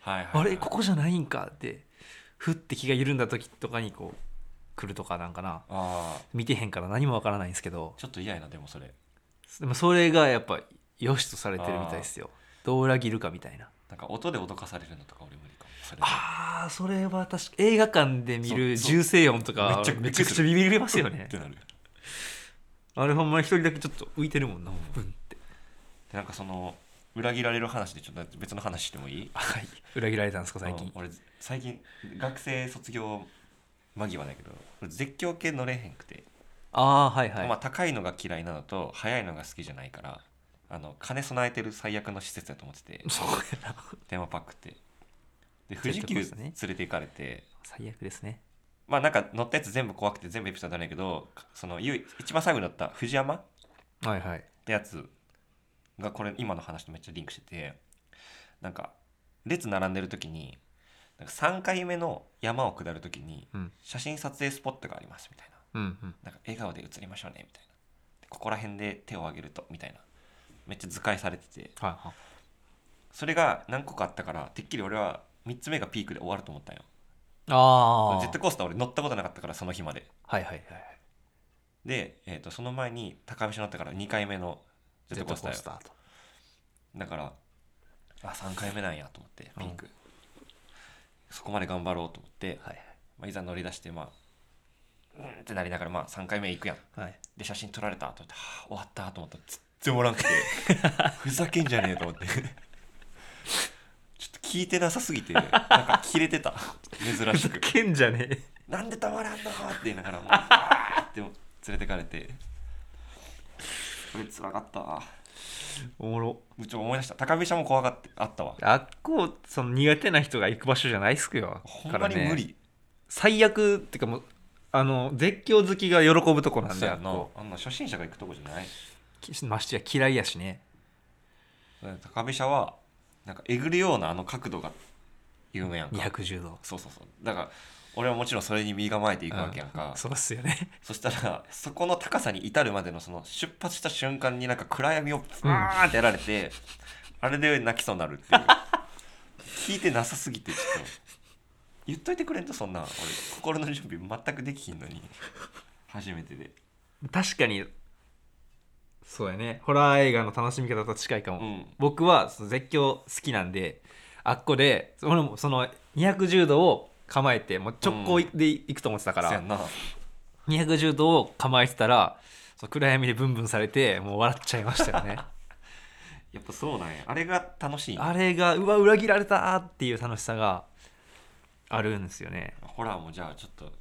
S1: はいはいはい、
S2: あれここじゃないんかってふって気が緩んだ時とかにこう来るとかなんかな
S1: あー
S2: 見てへんから何もわからないんですけど
S1: ちょっと嫌やなでもそれ
S2: でもそれがやっぱ良しとされてるみたいですよどう裏切るかみたいな
S1: なんか音で脅かされるのとか俺無理かもそれ
S2: あーそれは確か映画館で見る
S1: そうそう
S2: 銃声音とか
S1: めっちゃ
S2: めちゃくちゃビビりますよね
S1: ってなる
S2: あれほんまに一人だけちょっと浮いてるもんなうんって
S1: でなんかその裏切られる話でちょっと別の話してもいい
S2: はい裏切られたんですか最
S1: うん
S2: 近
S1: 俺最近学生卒業間際だけど俺絶叫系乗れへんくて、
S2: ああーはいはい、
S1: まあ、高いのが嫌いなのと速いのが好きじゃないからあの金備えてる最悪の施設だと思ってて
S2: そうやな
S1: テーマパークってで
S2: そう
S1: 富
S2: いう
S1: 士
S2: とこ
S1: 急
S2: で
S1: 連
S2: すね
S1: れて行かれて
S2: 最悪ですね
S1: まあなんか乗ったやつ全部怖くて全部エピソードあるんやけどその唯一番最後に乗った藤山っ
S2: はいはい
S1: てやつがこれ今の話とめっちゃリンクしててなんか列並んでる時になんか3回目の山を下る時に
S2: うん
S1: 写真撮影スポットがありますみたいな
S2: うんうん
S1: なんか笑顔で写りましょうねみたいなでここら辺で手を挙げるとみたいなめっちゃ図解されてて
S2: はいはい
S1: それが何個かあったからてっきり俺は3つ目がピークで終わると思ったんよ
S2: ああ
S1: ジェットコースター俺乗ったことなかったからその日まで
S2: はいはいはい
S1: で、えー、とその前に高飯乗ったから2回目のジェットコースターよ
S2: ーと
S1: だからあ3回目なんやと思って
S2: うん
S1: ピーク、そこまで頑張ろうと思って、
S2: はい
S1: まあ、いざ乗り出してまあうんってなりながらまあ3回目行くやん
S2: はいはい
S1: で写真撮られたと思って、はあ、終わったと思ったら全然おらんく てふざけんじゃねえと思ってちょっと聞いてなさすぎてなんか切れてた珍し く
S2: けんじゃねえ
S1: なんでたまらんのって言いながらも うあーって連れてかれてこれつらかったわ
S2: おもろ
S1: うちょ思い出した高飛車も怖がってあったわ
S2: あっこその苦手な人が行く場所じゃないっすよ
S1: ほんまに無理、
S2: 最悪ってかもうあの絶叫好きが喜ぶとこなん
S1: そ
S2: だ
S1: うや
S2: よ
S1: んなあんな初心者が行くとこじゃない
S2: ましてや嫌いやしね
S1: 高飛車はなんかえぐるようなあの角度が有名やんか
S2: 210度
S1: そうそうそうだから俺はもちろんそれに身構えていくわけやんか、
S2: そうっすよね
S1: そしたらそこの高さに至るまでのその出発した瞬間になんか暗闇を
S2: うん
S1: バーンってやられて、あれで泣きそうになるっていう聞いてなさすぎてちょっと言っといてくれんとそんな俺心の準備全くできひんのに初めてで
S2: 確かにそうやねホラー映画の楽しみ方と近いかも、
S1: うん
S2: 僕はその絶叫好きなんであっこで俺もその210度を構えてもう直行で行くと思ってたか
S1: そう
S2: ら、
S1: やんな
S2: 210度を構えてたらその暗闇でブンブンされてもう笑っちゃいましたよね
S1: やっぱそうなんやあれが楽しいんや
S2: あれがうわ裏切られたーっていう楽しさがあるんですよね
S1: ホラーもじゃあちょっと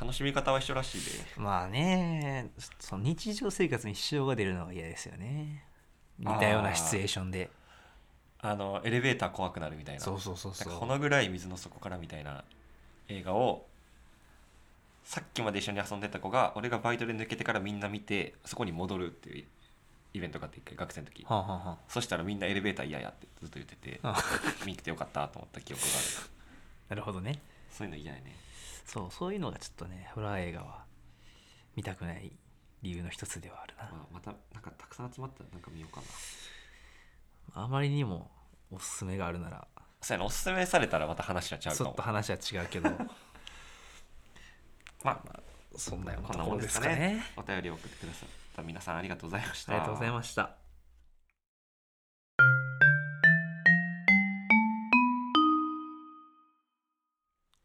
S1: 楽しみ方は一緒らしいで
S2: まあねちょっとその日常生活に支障が出るのは嫌ですよね似たようなシチュエーションで
S1: あのエレベーター怖くなるみたいな
S2: そうそうそうそ
S1: なん
S2: う
S1: かこのぐらい水の底からみたいな映画をさっきまで一緒に遊んでた子が俺がバイトで抜けてからみんな見てそこに戻るっていうイベントがあって一回学生の時
S2: はあ、はあは
S1: そしたらみんなエレベーター嫌やってずっと言ってて
S2: あ、
S1: 見てよかったと思った記憶があ る
S2: なるほどね
S1: そういうの嫌やね
S2: そうそういうのがちょっとねホラー映画は見たくない理由の一つではあるな
S1: まあまたなんかたくさん集まったらなんか見ようかな
S2: あまりにもおすすめがあるなら
S1: そうやなおすすめされたらまた話はちゃう
S2: ち
S1: か
S2: ょっ
S1: も
S2: と話は違うけ ど
S1: まあまあ
S2: そんなような
S1: こん
S2: と
S1: な
S2: こ
S1: も
S2: ろ
S1: ん
S2: で
S1: ですす
S2: か
S1: か
S2: ね
S1: ねお便りを送ってくださった皆さんありがとうございまし
S2: あ
S1: た
S2: りがとうございました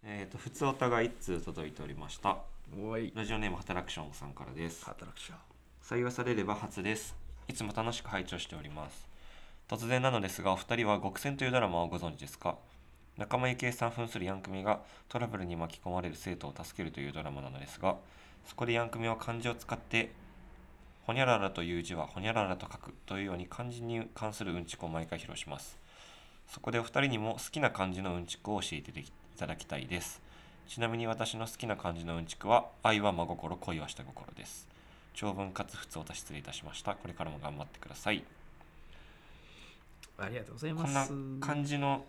S1: えっ、と普通お互い一通届いておりました
S2: おい
S1: ラジオネームハタラクションさんからです
S2: 働くしょ
S1: 採用されれば初ですいつも楽しく拝聴しております突然なのですがお二人は極戦というドラマをご存知ですか仲間由紀恵さん扮するヤンクミがトラブルに巻き込まれる生徒を助けるというドラマなのですがそこでヤンクミは漢字を使ってほにゃららという字はほにゃららと書くというように漢字に関するうんちくを毎回披露しますそこでお二人にも好きな漢字のうんちくを教えていただきたいですちなみに私の好きな漢字のうんちくは愛は真心恋は下心です長文かつ普通おた失礼いたしましたこれからも頑張ってください
S2: ありがとうござい
S1: こ
S2: ま
S1: ん
S2: す
S1: な漢字の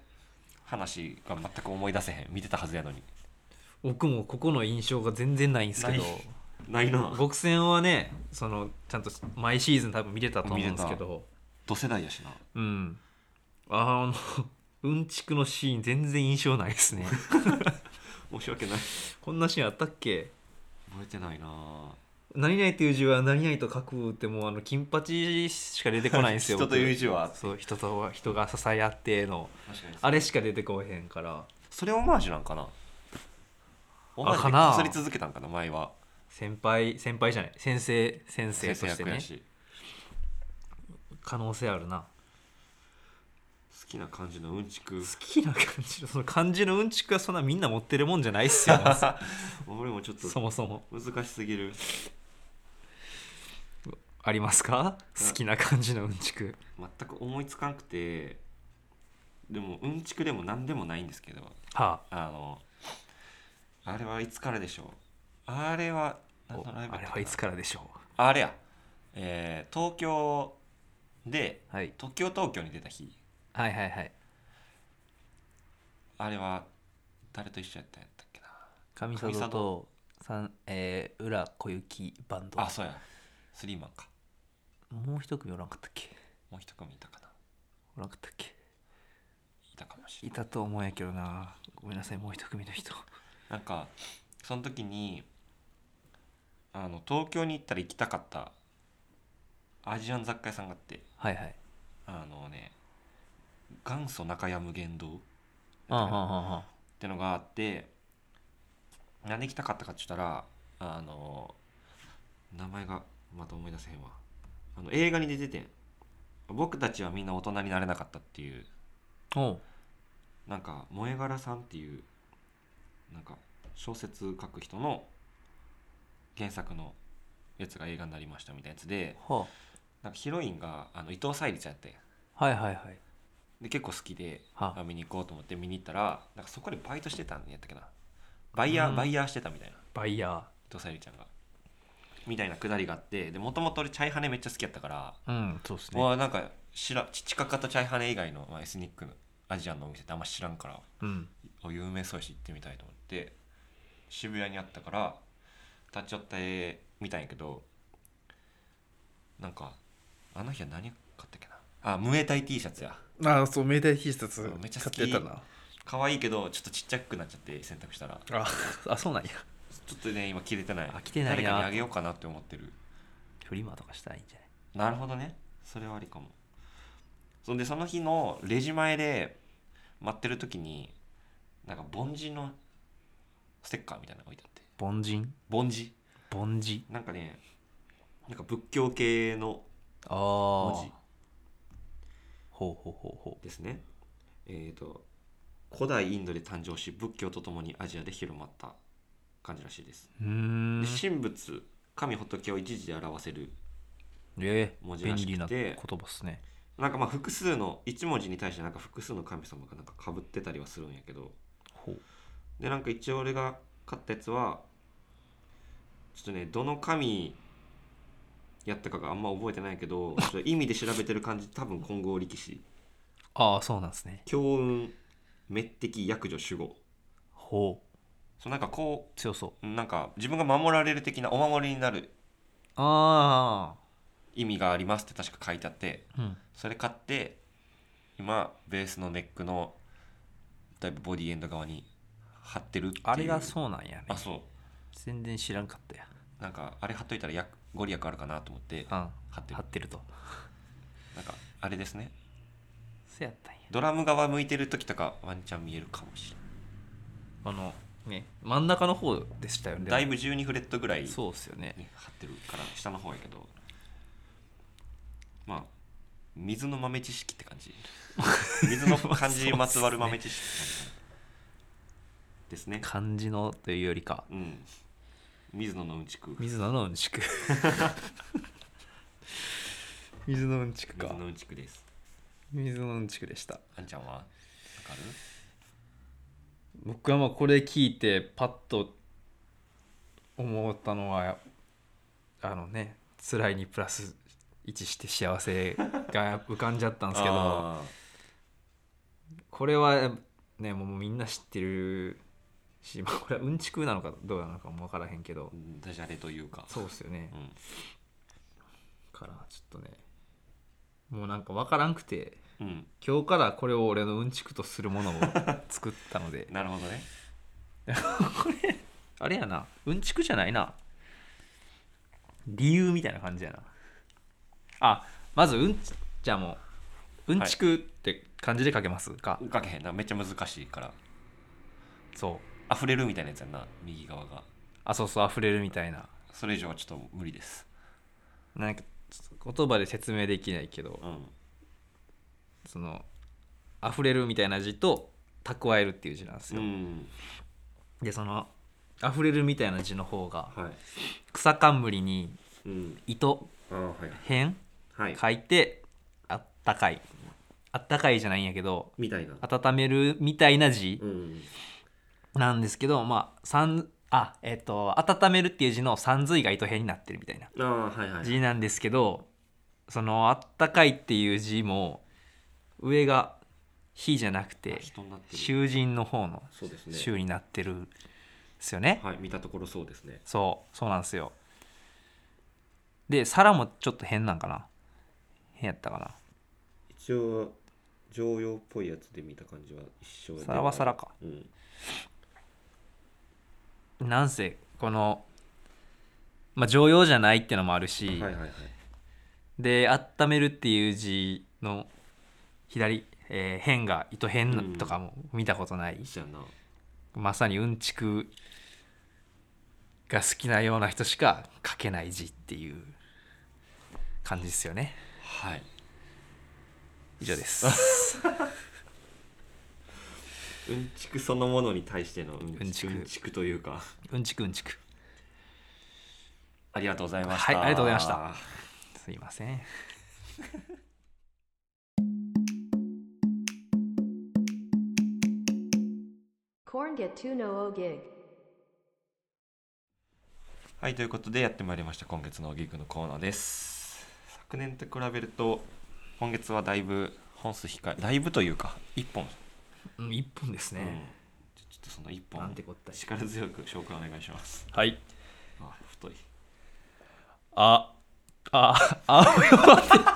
S1: 話が全く思い出せへん見てたはずやのに
S2: 僕もここの印象が全然ないんですけど
S1: ないないな
S2: 極戦はねそのちゃんと毎シーズン多分見れたと思うんですけど
S1: 同世代やしな
S2: うんあの うんちくのシーン全然印象ないです ね
S1: 申し訳ない
S2: こんなシーンあったっけ
S1: 覚えてないな
S2: 何々という字は何々と書くってもうあの金八しか出てこないん ですよ
S1: 人という字は
S2: 僕そう人とは人が支え合っての
S1: 確かに
S2: あれしか出てこへんから
S1: それオマージュなんかなオマージュ
S2: か
S1: で
S2: な
S1: こすり続けたんかな前は
S2: 先輩先輩じゃない先生先生として
S1: 役や
S2: ね
S1: し
S2: 可能性あるな
S1: 好きな感じのうんち く
S2: 好きな感じのその漢字のうんちくはそんなみんな持ってるもんじゃないっ すよ
S1: 俺もちょっと
S2: そもそも
S1: 難しすぎる
S2: ありますか
S1: うん
S2: 好きな漢字のうんちく
S1: 全く思いつかんくてでもうんちくでも何でもないんですけど
S2: は
S1: あのあれはいつからでしょうあれは
S2: あ
S1: 何のライブ
S2: あ
S1: やった
S2: れ
S1: かな
S2: はいつからでしょ
S1: あれや、えー東京で
S2: う、はい、
S1: 東京東京に出た日
S2: はいはいはい
S1: あれは誰と一緒やったんやったっけ
S2: 上
S1: 上
S2: 里
S1: 里
S2: と三えー、浦小雪バンド
S1: なあそうやスリーマンか
S2: もう一組おらんかったっけ
S1: もう一組いたかな
S2: おらんかったっけ
S1: いたかもしれ
S2: い
S1: ない
S2: たと思うんやけどなごめんなさいもう一組の人
S1: なんかその時にあの東京に行ったら行きたかったアジアン雑貨屋さんがあって
S2: はいはい
S1: あのね元祖中山無限堂っ
S2: ああああ
S1: てのがあってなんで行きたかったかって言ったらあの名前がまた思い出せへんわあの映画に出ててん僕たちはみんな大人になれなかったっていう
S2: おう
S1: なんか萌え柄さんっていうなんか小説書く人の原作のやつが映画になりましたみたいなやつで
S2: は
S1: なんかヒロインがあの伊藤沙莉ちゃんやったんや
S2: あはいはいはい
S1: で結構好きで
S2: はあ
S1: あ見に行こうと思って見に行ったらなんかそこでバイトしてたんやったっけなバイヤー、
S2: うん
S1: バイヤーしてたみたいな
S2: バイヤ
S1: 伊藤沙莉ちゃんがみたいなくだりがあってでもともと俺チャイハネめっちゃ好きやったから、
S2: ーうんそうです
S1: う
S2: ね
S1: わなんか知らチチカカとチャイハネ以外の、まあ、エスニックのアジアンのお店ってあんま知らんから
S2: うん
S1: お有名そうやし行ってみたいと思って渋谷にあったから立ち寄ってみたんやけどなんかあの日は何買ったっけなあムエタイ T シャツや
S2: ああそう明太必殺
S1: めっちゃ好き買ってたな可愛いけどちょっとちっちゃくなっちゃって洗濯したら
S2: あ あそうなんや
S1: ちょっとね今着れてない
S2: あ着てないな
S1: 誰かにあげようかなって思ってる
S2: フリマとかしたらいいんじゃな
S1: な
S2: い
S1: るほどねそれはありかもそんでその日のレジ前で待ってる時になんか凡人のステッカーみたいなのが置いてあって
S2: 凡人
S1: 凡人
S2: 凡人
S1: なんかねなんか仏教系の
S2: ああ
S1: 文字
S2: ほうほうほうほ
S1: ですねえっ、と古代インドで誕生し仏教とともにアジアで広まった感じらしいです、
S2: ううーん
S1: で神仏神仏を一字で表せる
S2: え
S1: 文字
S2: 便
S1: らしくて
S2: 利な言葉っすね
S1: なんかまあ複数の一文字に対してなんか複数の神様がなんか被ってたりはするんやけど
S2: ほう
S1: でなんか一応俺が買ったやつはちょっとねどの神やったかがあんま覚えてないけどちょっと意味で調べてる感じ多分金剛力士
S2: ああそうなんですね
S1: 強運滅敵役女守護
S2: ほう
S1: そうなんかこ
S2: 強そう
S1: うなんか自分が守られる的なお守りになる
S2: あ
S1: 意味がありますって確か書いてあって
S2: あうん
S1: それ買って今ベースのネックのだいぶボディエンド側に貼ってるっていう
S2: あれがそうなんやね
S1: あそう
S2: 全然知らんかったや
S1: なんかあれ貼っといたらやご利益あるかなと思って
S2: うん
S1: 貼ってる
S2: 張ってると
S1: なんかあれですね
S2: そうやったんや
S1: ドラム側向いてる時とかワンチャン見えるかもしれ
S2: あのね真ん中の方でしたよね
S1: ないだいぶ12フレットぐらい
S2: そうっすよね
S1: ね、張ってるから下の方やけどまあ水の豆知識って 感じ水の漢字にまつわる豆知識って感じですね
S2: 漢字のというよりか
S1: うん水野のうんちく
S2: 水野のうんちく 水のうんちくか
S1: 水のうんちくです
S2: 水のうんちくでした
S1: あんちゃんはわかる
S2: 僕はまあこれ聞いてパッと思ったのはあのね辛いにプラス1して幸せが浮かんじゃったんですけど
S1: あ
S2: これはねもうみんな知ってるし、まあ、これはうんちくなのかどうなのかも分からへんけど
S1: ーダジャレというか
S2: そうっすよね
S1: うん
S2: からちょっとねもうなんか分からんくて
S1: うん、
S2: 今日からこれを俺のうんちくとするものを作ったので
S1: なるほどね
S2: あれやなうんちくじゃないな理由みたいな感じやなあまずうんちじゃあもううんちくって漢字で書けますか、
S1: かけへんなめっちゃ難しいから
S2: そう
S1: 溢れるみたいなやつやんな右側が
S2: あそうそう溢れるみたいな
S1: それ以上はちょっと無理です
S2: なんか言葉で説明できないけど
S1: うん
S2: その溢れるみたいな字と蓄えるっていう字なんです
S1: う
S2: よ、
S1: ん
S2: でその溢れるみたいな字の方が
S1: はい
S2: 草冠に
S1: うん
S2: 糸
S1: あはい
S2: 編
S1: はい
S2: 書いてあったかいあったかいじゃないんやけど
S1: みたいな
S2: 温めるみたいな字
S1: うん
S2: なんですけど、まあさんあえっ、と温めるっていう字の三髄が糸辺になってるみたいな
S1: ああはいは
S2: 字なんですけどそのあったかいっていう字も上が「火」じゃなくて
S1: 人になってる
S2: 囚人の方の
S1: そうです
S2: 「
S1: ね
S2: 囚」になってるんですよね。
S1: はい見たところそうですね
S2: そうそうなんですよで皿もちょっと変なんかな変やったかな
S1: 一応常用っぽいやつで見た感じは一緒
S2: 皿は皿か
S1: うん
S2: なんせこの、まあ、常用じゃないってのもあるし、
S1: はいはいはい
S2: で「温める」っていう字の左、えー辺が糸辺な
S1: うん
S2: とかも見たことない、
S1: そうやな
S2: まさにうんちくが好きなような人しか書けない字っていう感じですよね
S1: はい
S2: 以上です
S1: うんちくそのものに対してのうん
S2: うん
S1: ち
S2: ち
S1: く
S2: く
S1: うんちくというか
S2: うんちくうんちく
S1: ありがとうございました
S2: はいありがとうございましたすいません
S3: Corn get 200 gig.
S1: はいということでやってまいりました今月のギグのコーナーです昨年と比べると今月はだいぶ本数控えだいぶというか1本、
S2: うん一本です
S1: うん
S2: ね、
S1: ちょちょっとその1
S2: な
S1: 本
S2: んてこったい
S1: 力強く紹介お願いします
S2: はい
S1: あ太い
S2: あああ青読まんで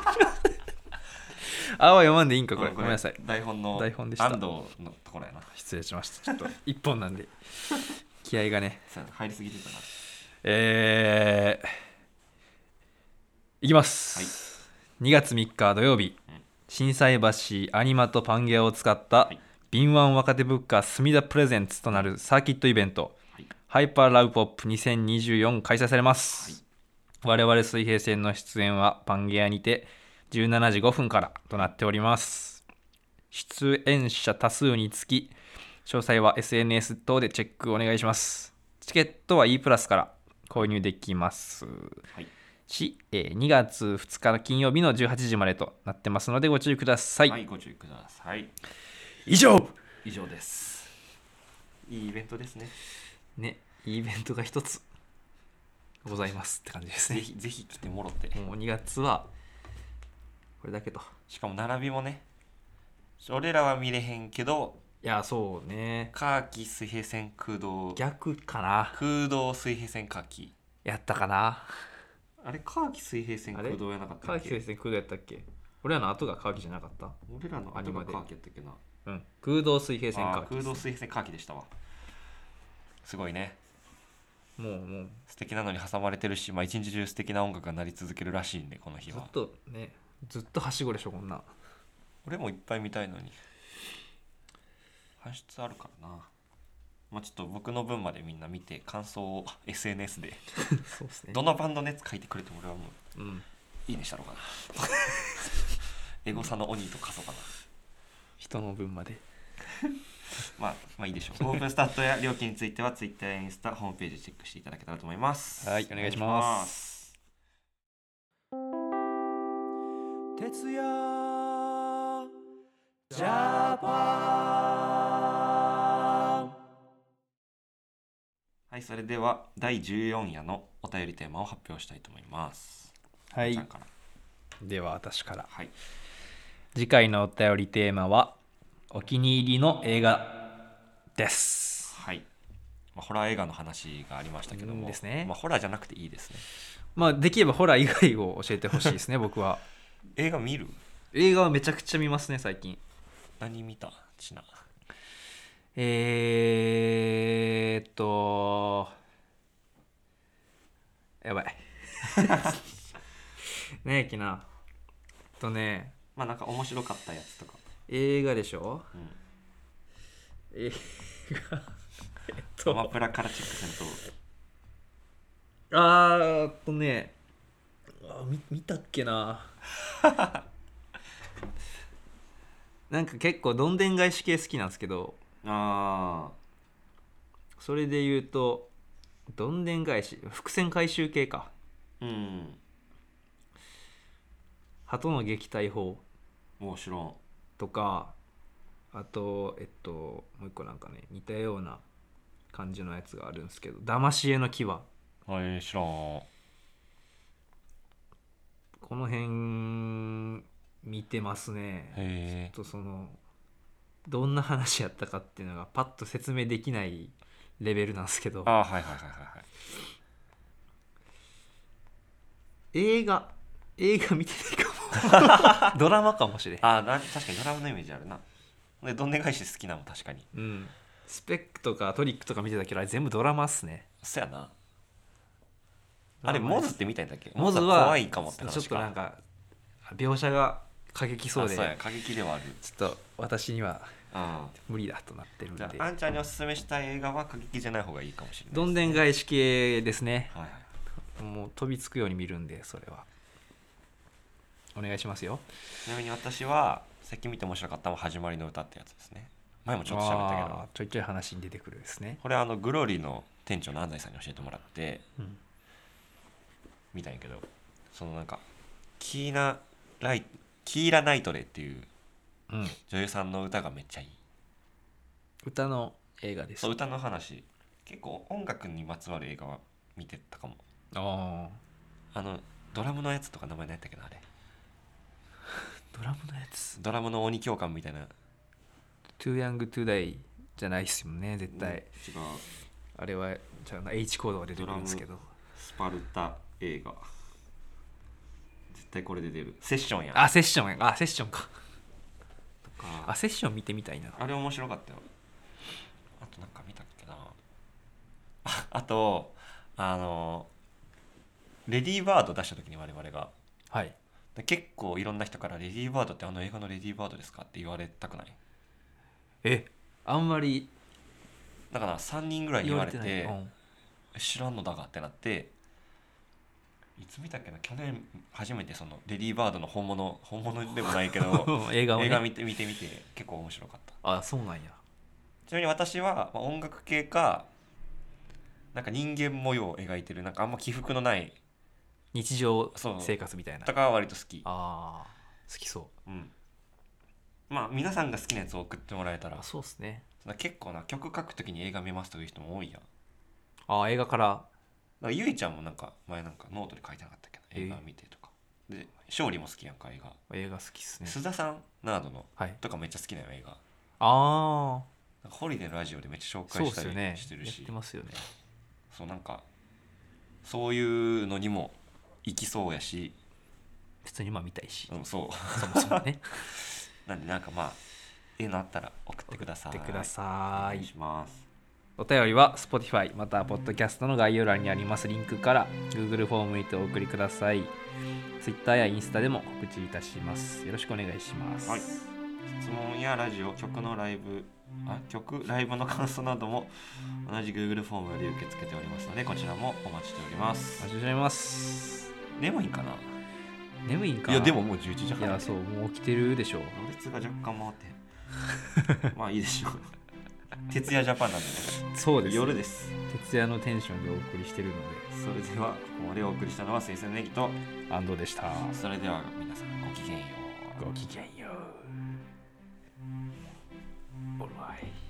S2: 青読まんでいいんかこれ
S1: うん
S2: ごめんなさい
S1: 台本の
S2: 台本でした
S1: 安藤のところやな
S2: 失礼しましたちょっと一本なんで気合がね
S1: そうやな入りすぎてたな
S2: えー、いきます、2月3日土曜日
S1: うん
S2: 心斎橋アニマとパンゲアを使った
S1: はい
S2: 敏腕若手ブッカー隅田プレゼンツとなるサーキットイベント
S1: はい
S2: ハイパーラウポップ2024開催されます、我々水平線の出演はパンゲアにて17時5分からとなっております出演者多数につき詳細は SNS 等でチェックお願いしますチケットは E プラスから購入できます
S1: はい
S2: し、えー2月2日の金曜日の18時までとなってますのでご注意ください、
S1: はい、ご注意ください
S2: 以上
S1: 以上ですいいイベントですね
S2: ねいいイベントが一つございますって感じです
S1: ぜ
S2: ね
S1: ひぜひ来てもろって
S2: もう2月はこれだけと
S1: しかも並びもね俺らは見れへんけど
S2: いやそうね
S1: カーキ水平線空洞
S2: 逆かな
S1: 空洞水平線カーキ
S2: やったかな
S1: あれカーキ水平線
S2: あ
S1: 空
S2: れ
S1: 洞やなかった
S2: 川
S1: っ
S2: 木
S1: け
S2: 先生空洞やったっけ俺らの後が川木じゃなかった
S1: 俺らのアニメカーキやったっけな
S2: うん空洞水平線
S1: あ
S2: か
S1: ー空洞水平線カーキでしたわすごいね
S2: もうもう
S1: 素敵なのに挟まれてるし、まあ、一日中素敵な音楽が鳴り続けるらしいんでこの日
S2: ず
S1: は
S2: っとねずっとはしごでしょこんな
S1: 俺もいっぱい見たいのに搬出あるからなまあちょっと僕の分までみんな見て感想を SNS で
S2: そうですね
S1: どのバンドのやつ書いてくれても俺はもう
S2: うん
S1: いいねしたろうかな エゴサの鬼とかそうかな、
S2: 人の分まで
S1: まあ、まあいいでしょうオープンスタートや料金については Twitter やインスタホームページチェックしていただけたらと思います
S2: はいお願いします
S4: 徹夜ジャパン
S1: はいそれでは第14夜のお便りテーマを発表したいと思います
S2: は
S1: ちゃん
S2: い
S1: から
S2: では私から
S1: はい
S2: 次回のお便りテーマはお気に入りの映画です
S1: はい、まあ、ホラー映画の話がありましたけど
S2: うん
S1: も
S2: ですね
S1: まあ、ホラーじゃなくていいですね
S2: まあできればホラー以外を教えてほし いですね僕は
S1: 映画見る
S2: 映画はめちゃくちゃ見ますね最近
S1: 何見たちな
S2: えー、っと やばいねえきなえっとね
S1: まあなんか面白かったやつとか
S2: 映画でしょ、
S1: ん
S2: 映画えっ
S1: ア
S2: と
S1: マプラからチェックせんと
S2: あーえっとねあ見見たっけな なんか結構どんでん返し系好きなんですけど
S1: あ
S2: それで言うとどんでん返し伏線回収系か
S1: あうん
S2: 鳩の撃退法
S1: もう知らん
S2: とかあとえっともう一個なんかね似たような感じのやつがあるんですけど「騙し絵の牙」
S1: はい知らん
S2: この辺見てますね
S1: へえ
S2: ちょっとそのどんな話やったかっていうのがパッと説明できないレベルなんですけど
S1: ああはいはいはいはいはい
S2: 映画映画見てない かもドラマかもしれん、
S1: ああな確かにドラマのイメージあるなでどんでん返し好きなの確かに
S2: うん、スペックとかトリックとか見てたけどあれ全部ドラマっすね
S1: そやなあれモズってみたいだっけ
S2: モズ
S1: は
S2: は
S1: 怖いかもって話
S2: ちょっとなんか描写が過激そう
S1: あ
S2: で
S1: そうや過激ではある
S2: ちょっと私には
S1: あ
S2: 無理だとなってるん
S1: じ
S2: で
S1: ゃああんちゃんにおすすめしたい映画は過激じゃない方がいいかもしれない
S2: どんでん返し系ですね
S1: はいはい
S2: もう飛びつくように見るんでそれはお願いしますよ
S1: ちなみに私は最近見て面白かったのは「始まりの歌」ってやつですね前もちょっと喋ったけ
S2: あ
S1: ど
S2: ーちょいちょい話に出てくるですね
S1: これあのグローリーの店長の安西さんに教えてもらって
S2: うん
S1: 見たんやけどそのなんかキーナ・ライキーラ・ナイトレっていう
S2: うん
S1: 女優さんの歌がめっちゃいい
S2: 歌の映画です
S1: そう歌の話結構音楽にまつわる映画は見てたかも
S2: あ
S1: あのドラムのやつとか名前何やったっけなあれ
S2: ードラムのやつ
S1: ドラムの鬼教官みたいな
S2: 「Too Young to Die」じゃないっすもんね絶対、
S1: 違う
S2: あれはじゃあ H コードが出てくるんですけど
S1: スパルタ映画絶対これで出るセッションや
S2: あセッションやあセッションか
S1: あ
S2: あセッション見てみたいな
S1: あれ面白かったよあとなんか見たっけな ああとあのレディーバード出した時に我々が
S2: はい
S1: で結構いろんな人から「レディーバードってあの映画のレディーバードですか?」って言われたくない
S2: えあんまり
S1: だから3人ぐらい
S2: 言
S1: 言わ
S2: わ
S1: れ
S2: れ
S1: て
S2: てない、うん
S1: 知らんのだがってなっていつ見たっけな去年初めてそのレディーバードの本物本物でもない けど
S2: 映画を、ね、
S1: 映画見て見てみて結構面白かった
S2: あそうなんや
S1: ちなみに私は、まあ、音楽系かなんか人間模様を描いてるなんかあんま起伏のない
S2: 日常
S1: そう
S2: 生活みたいな
S1: とかは割と好き、
S2: あー好きそ
S1: うん、まあ皆さんが好きなやつを送ってもらえた
S2: う
S1: ら
S2: あそうっすね
S1: そんな結構な曲書くときに映画見ますという人も多いやんだ
S2: あー映画から
S1: からゆいちゃんもなんか前なんかノートで書いてなかったっけど
S2: え
S1: 映画見てとかで勝利も好きやんか映画
S2: 映画好きっすね
S1: 須田さんなどの
S2: はい
S1: とかめっちゃ好きなよ映画
S2: ああ
S1: なんかホリデーのラジオでめっちゃ紹
S2: そう
S1: 介
S2: っ
S1: した
S2: す
S1: り
S2: よね
S1: してる
S2: やっ
S1: して
S2: ますよね
S1: そうなんかそういうのにも行きそうやし、
S2: 普通にまあ見たいし
S1: うん、そう
S2: そもそも ね
S1: なんでなんかまあええのあったら送ってください
S2: 送ってくだ
S1: お
S2: さ
S1: 願い
S2: い
S1: します
S2: お便りは Spotify または Podcast の概要欄にありますリンクから Google フォームにてお送りください Twitter やインスタでも告知いたしますよろしくお願いします、
S1: はい質問やラジオ曲のライブあ曲ライブの感想なども同じ Google フォームより受け付けておりますのでこちらもお待ちしておりま
S2: お待
S1: す
S2: ちしております
S1: 眠いんかな
S2: 眠いんか
S1: い
S2: な
S1: やでももう11時
S2: い
S1: 半
S2: やそうもう起きてるでしょう
S1: ろれつが若干回 ってまあいいでしょう徹夜ジャパンなんでね
S2: そうです
S1: 夜です
S2: 徹夜のテンションでお送りしてるの
S1: それではここまでお送りしたのは青春ネギと
S2: で安藤でした
S1: それでは皆さんごきげんよう
S2: ごきげんよう。オーライ。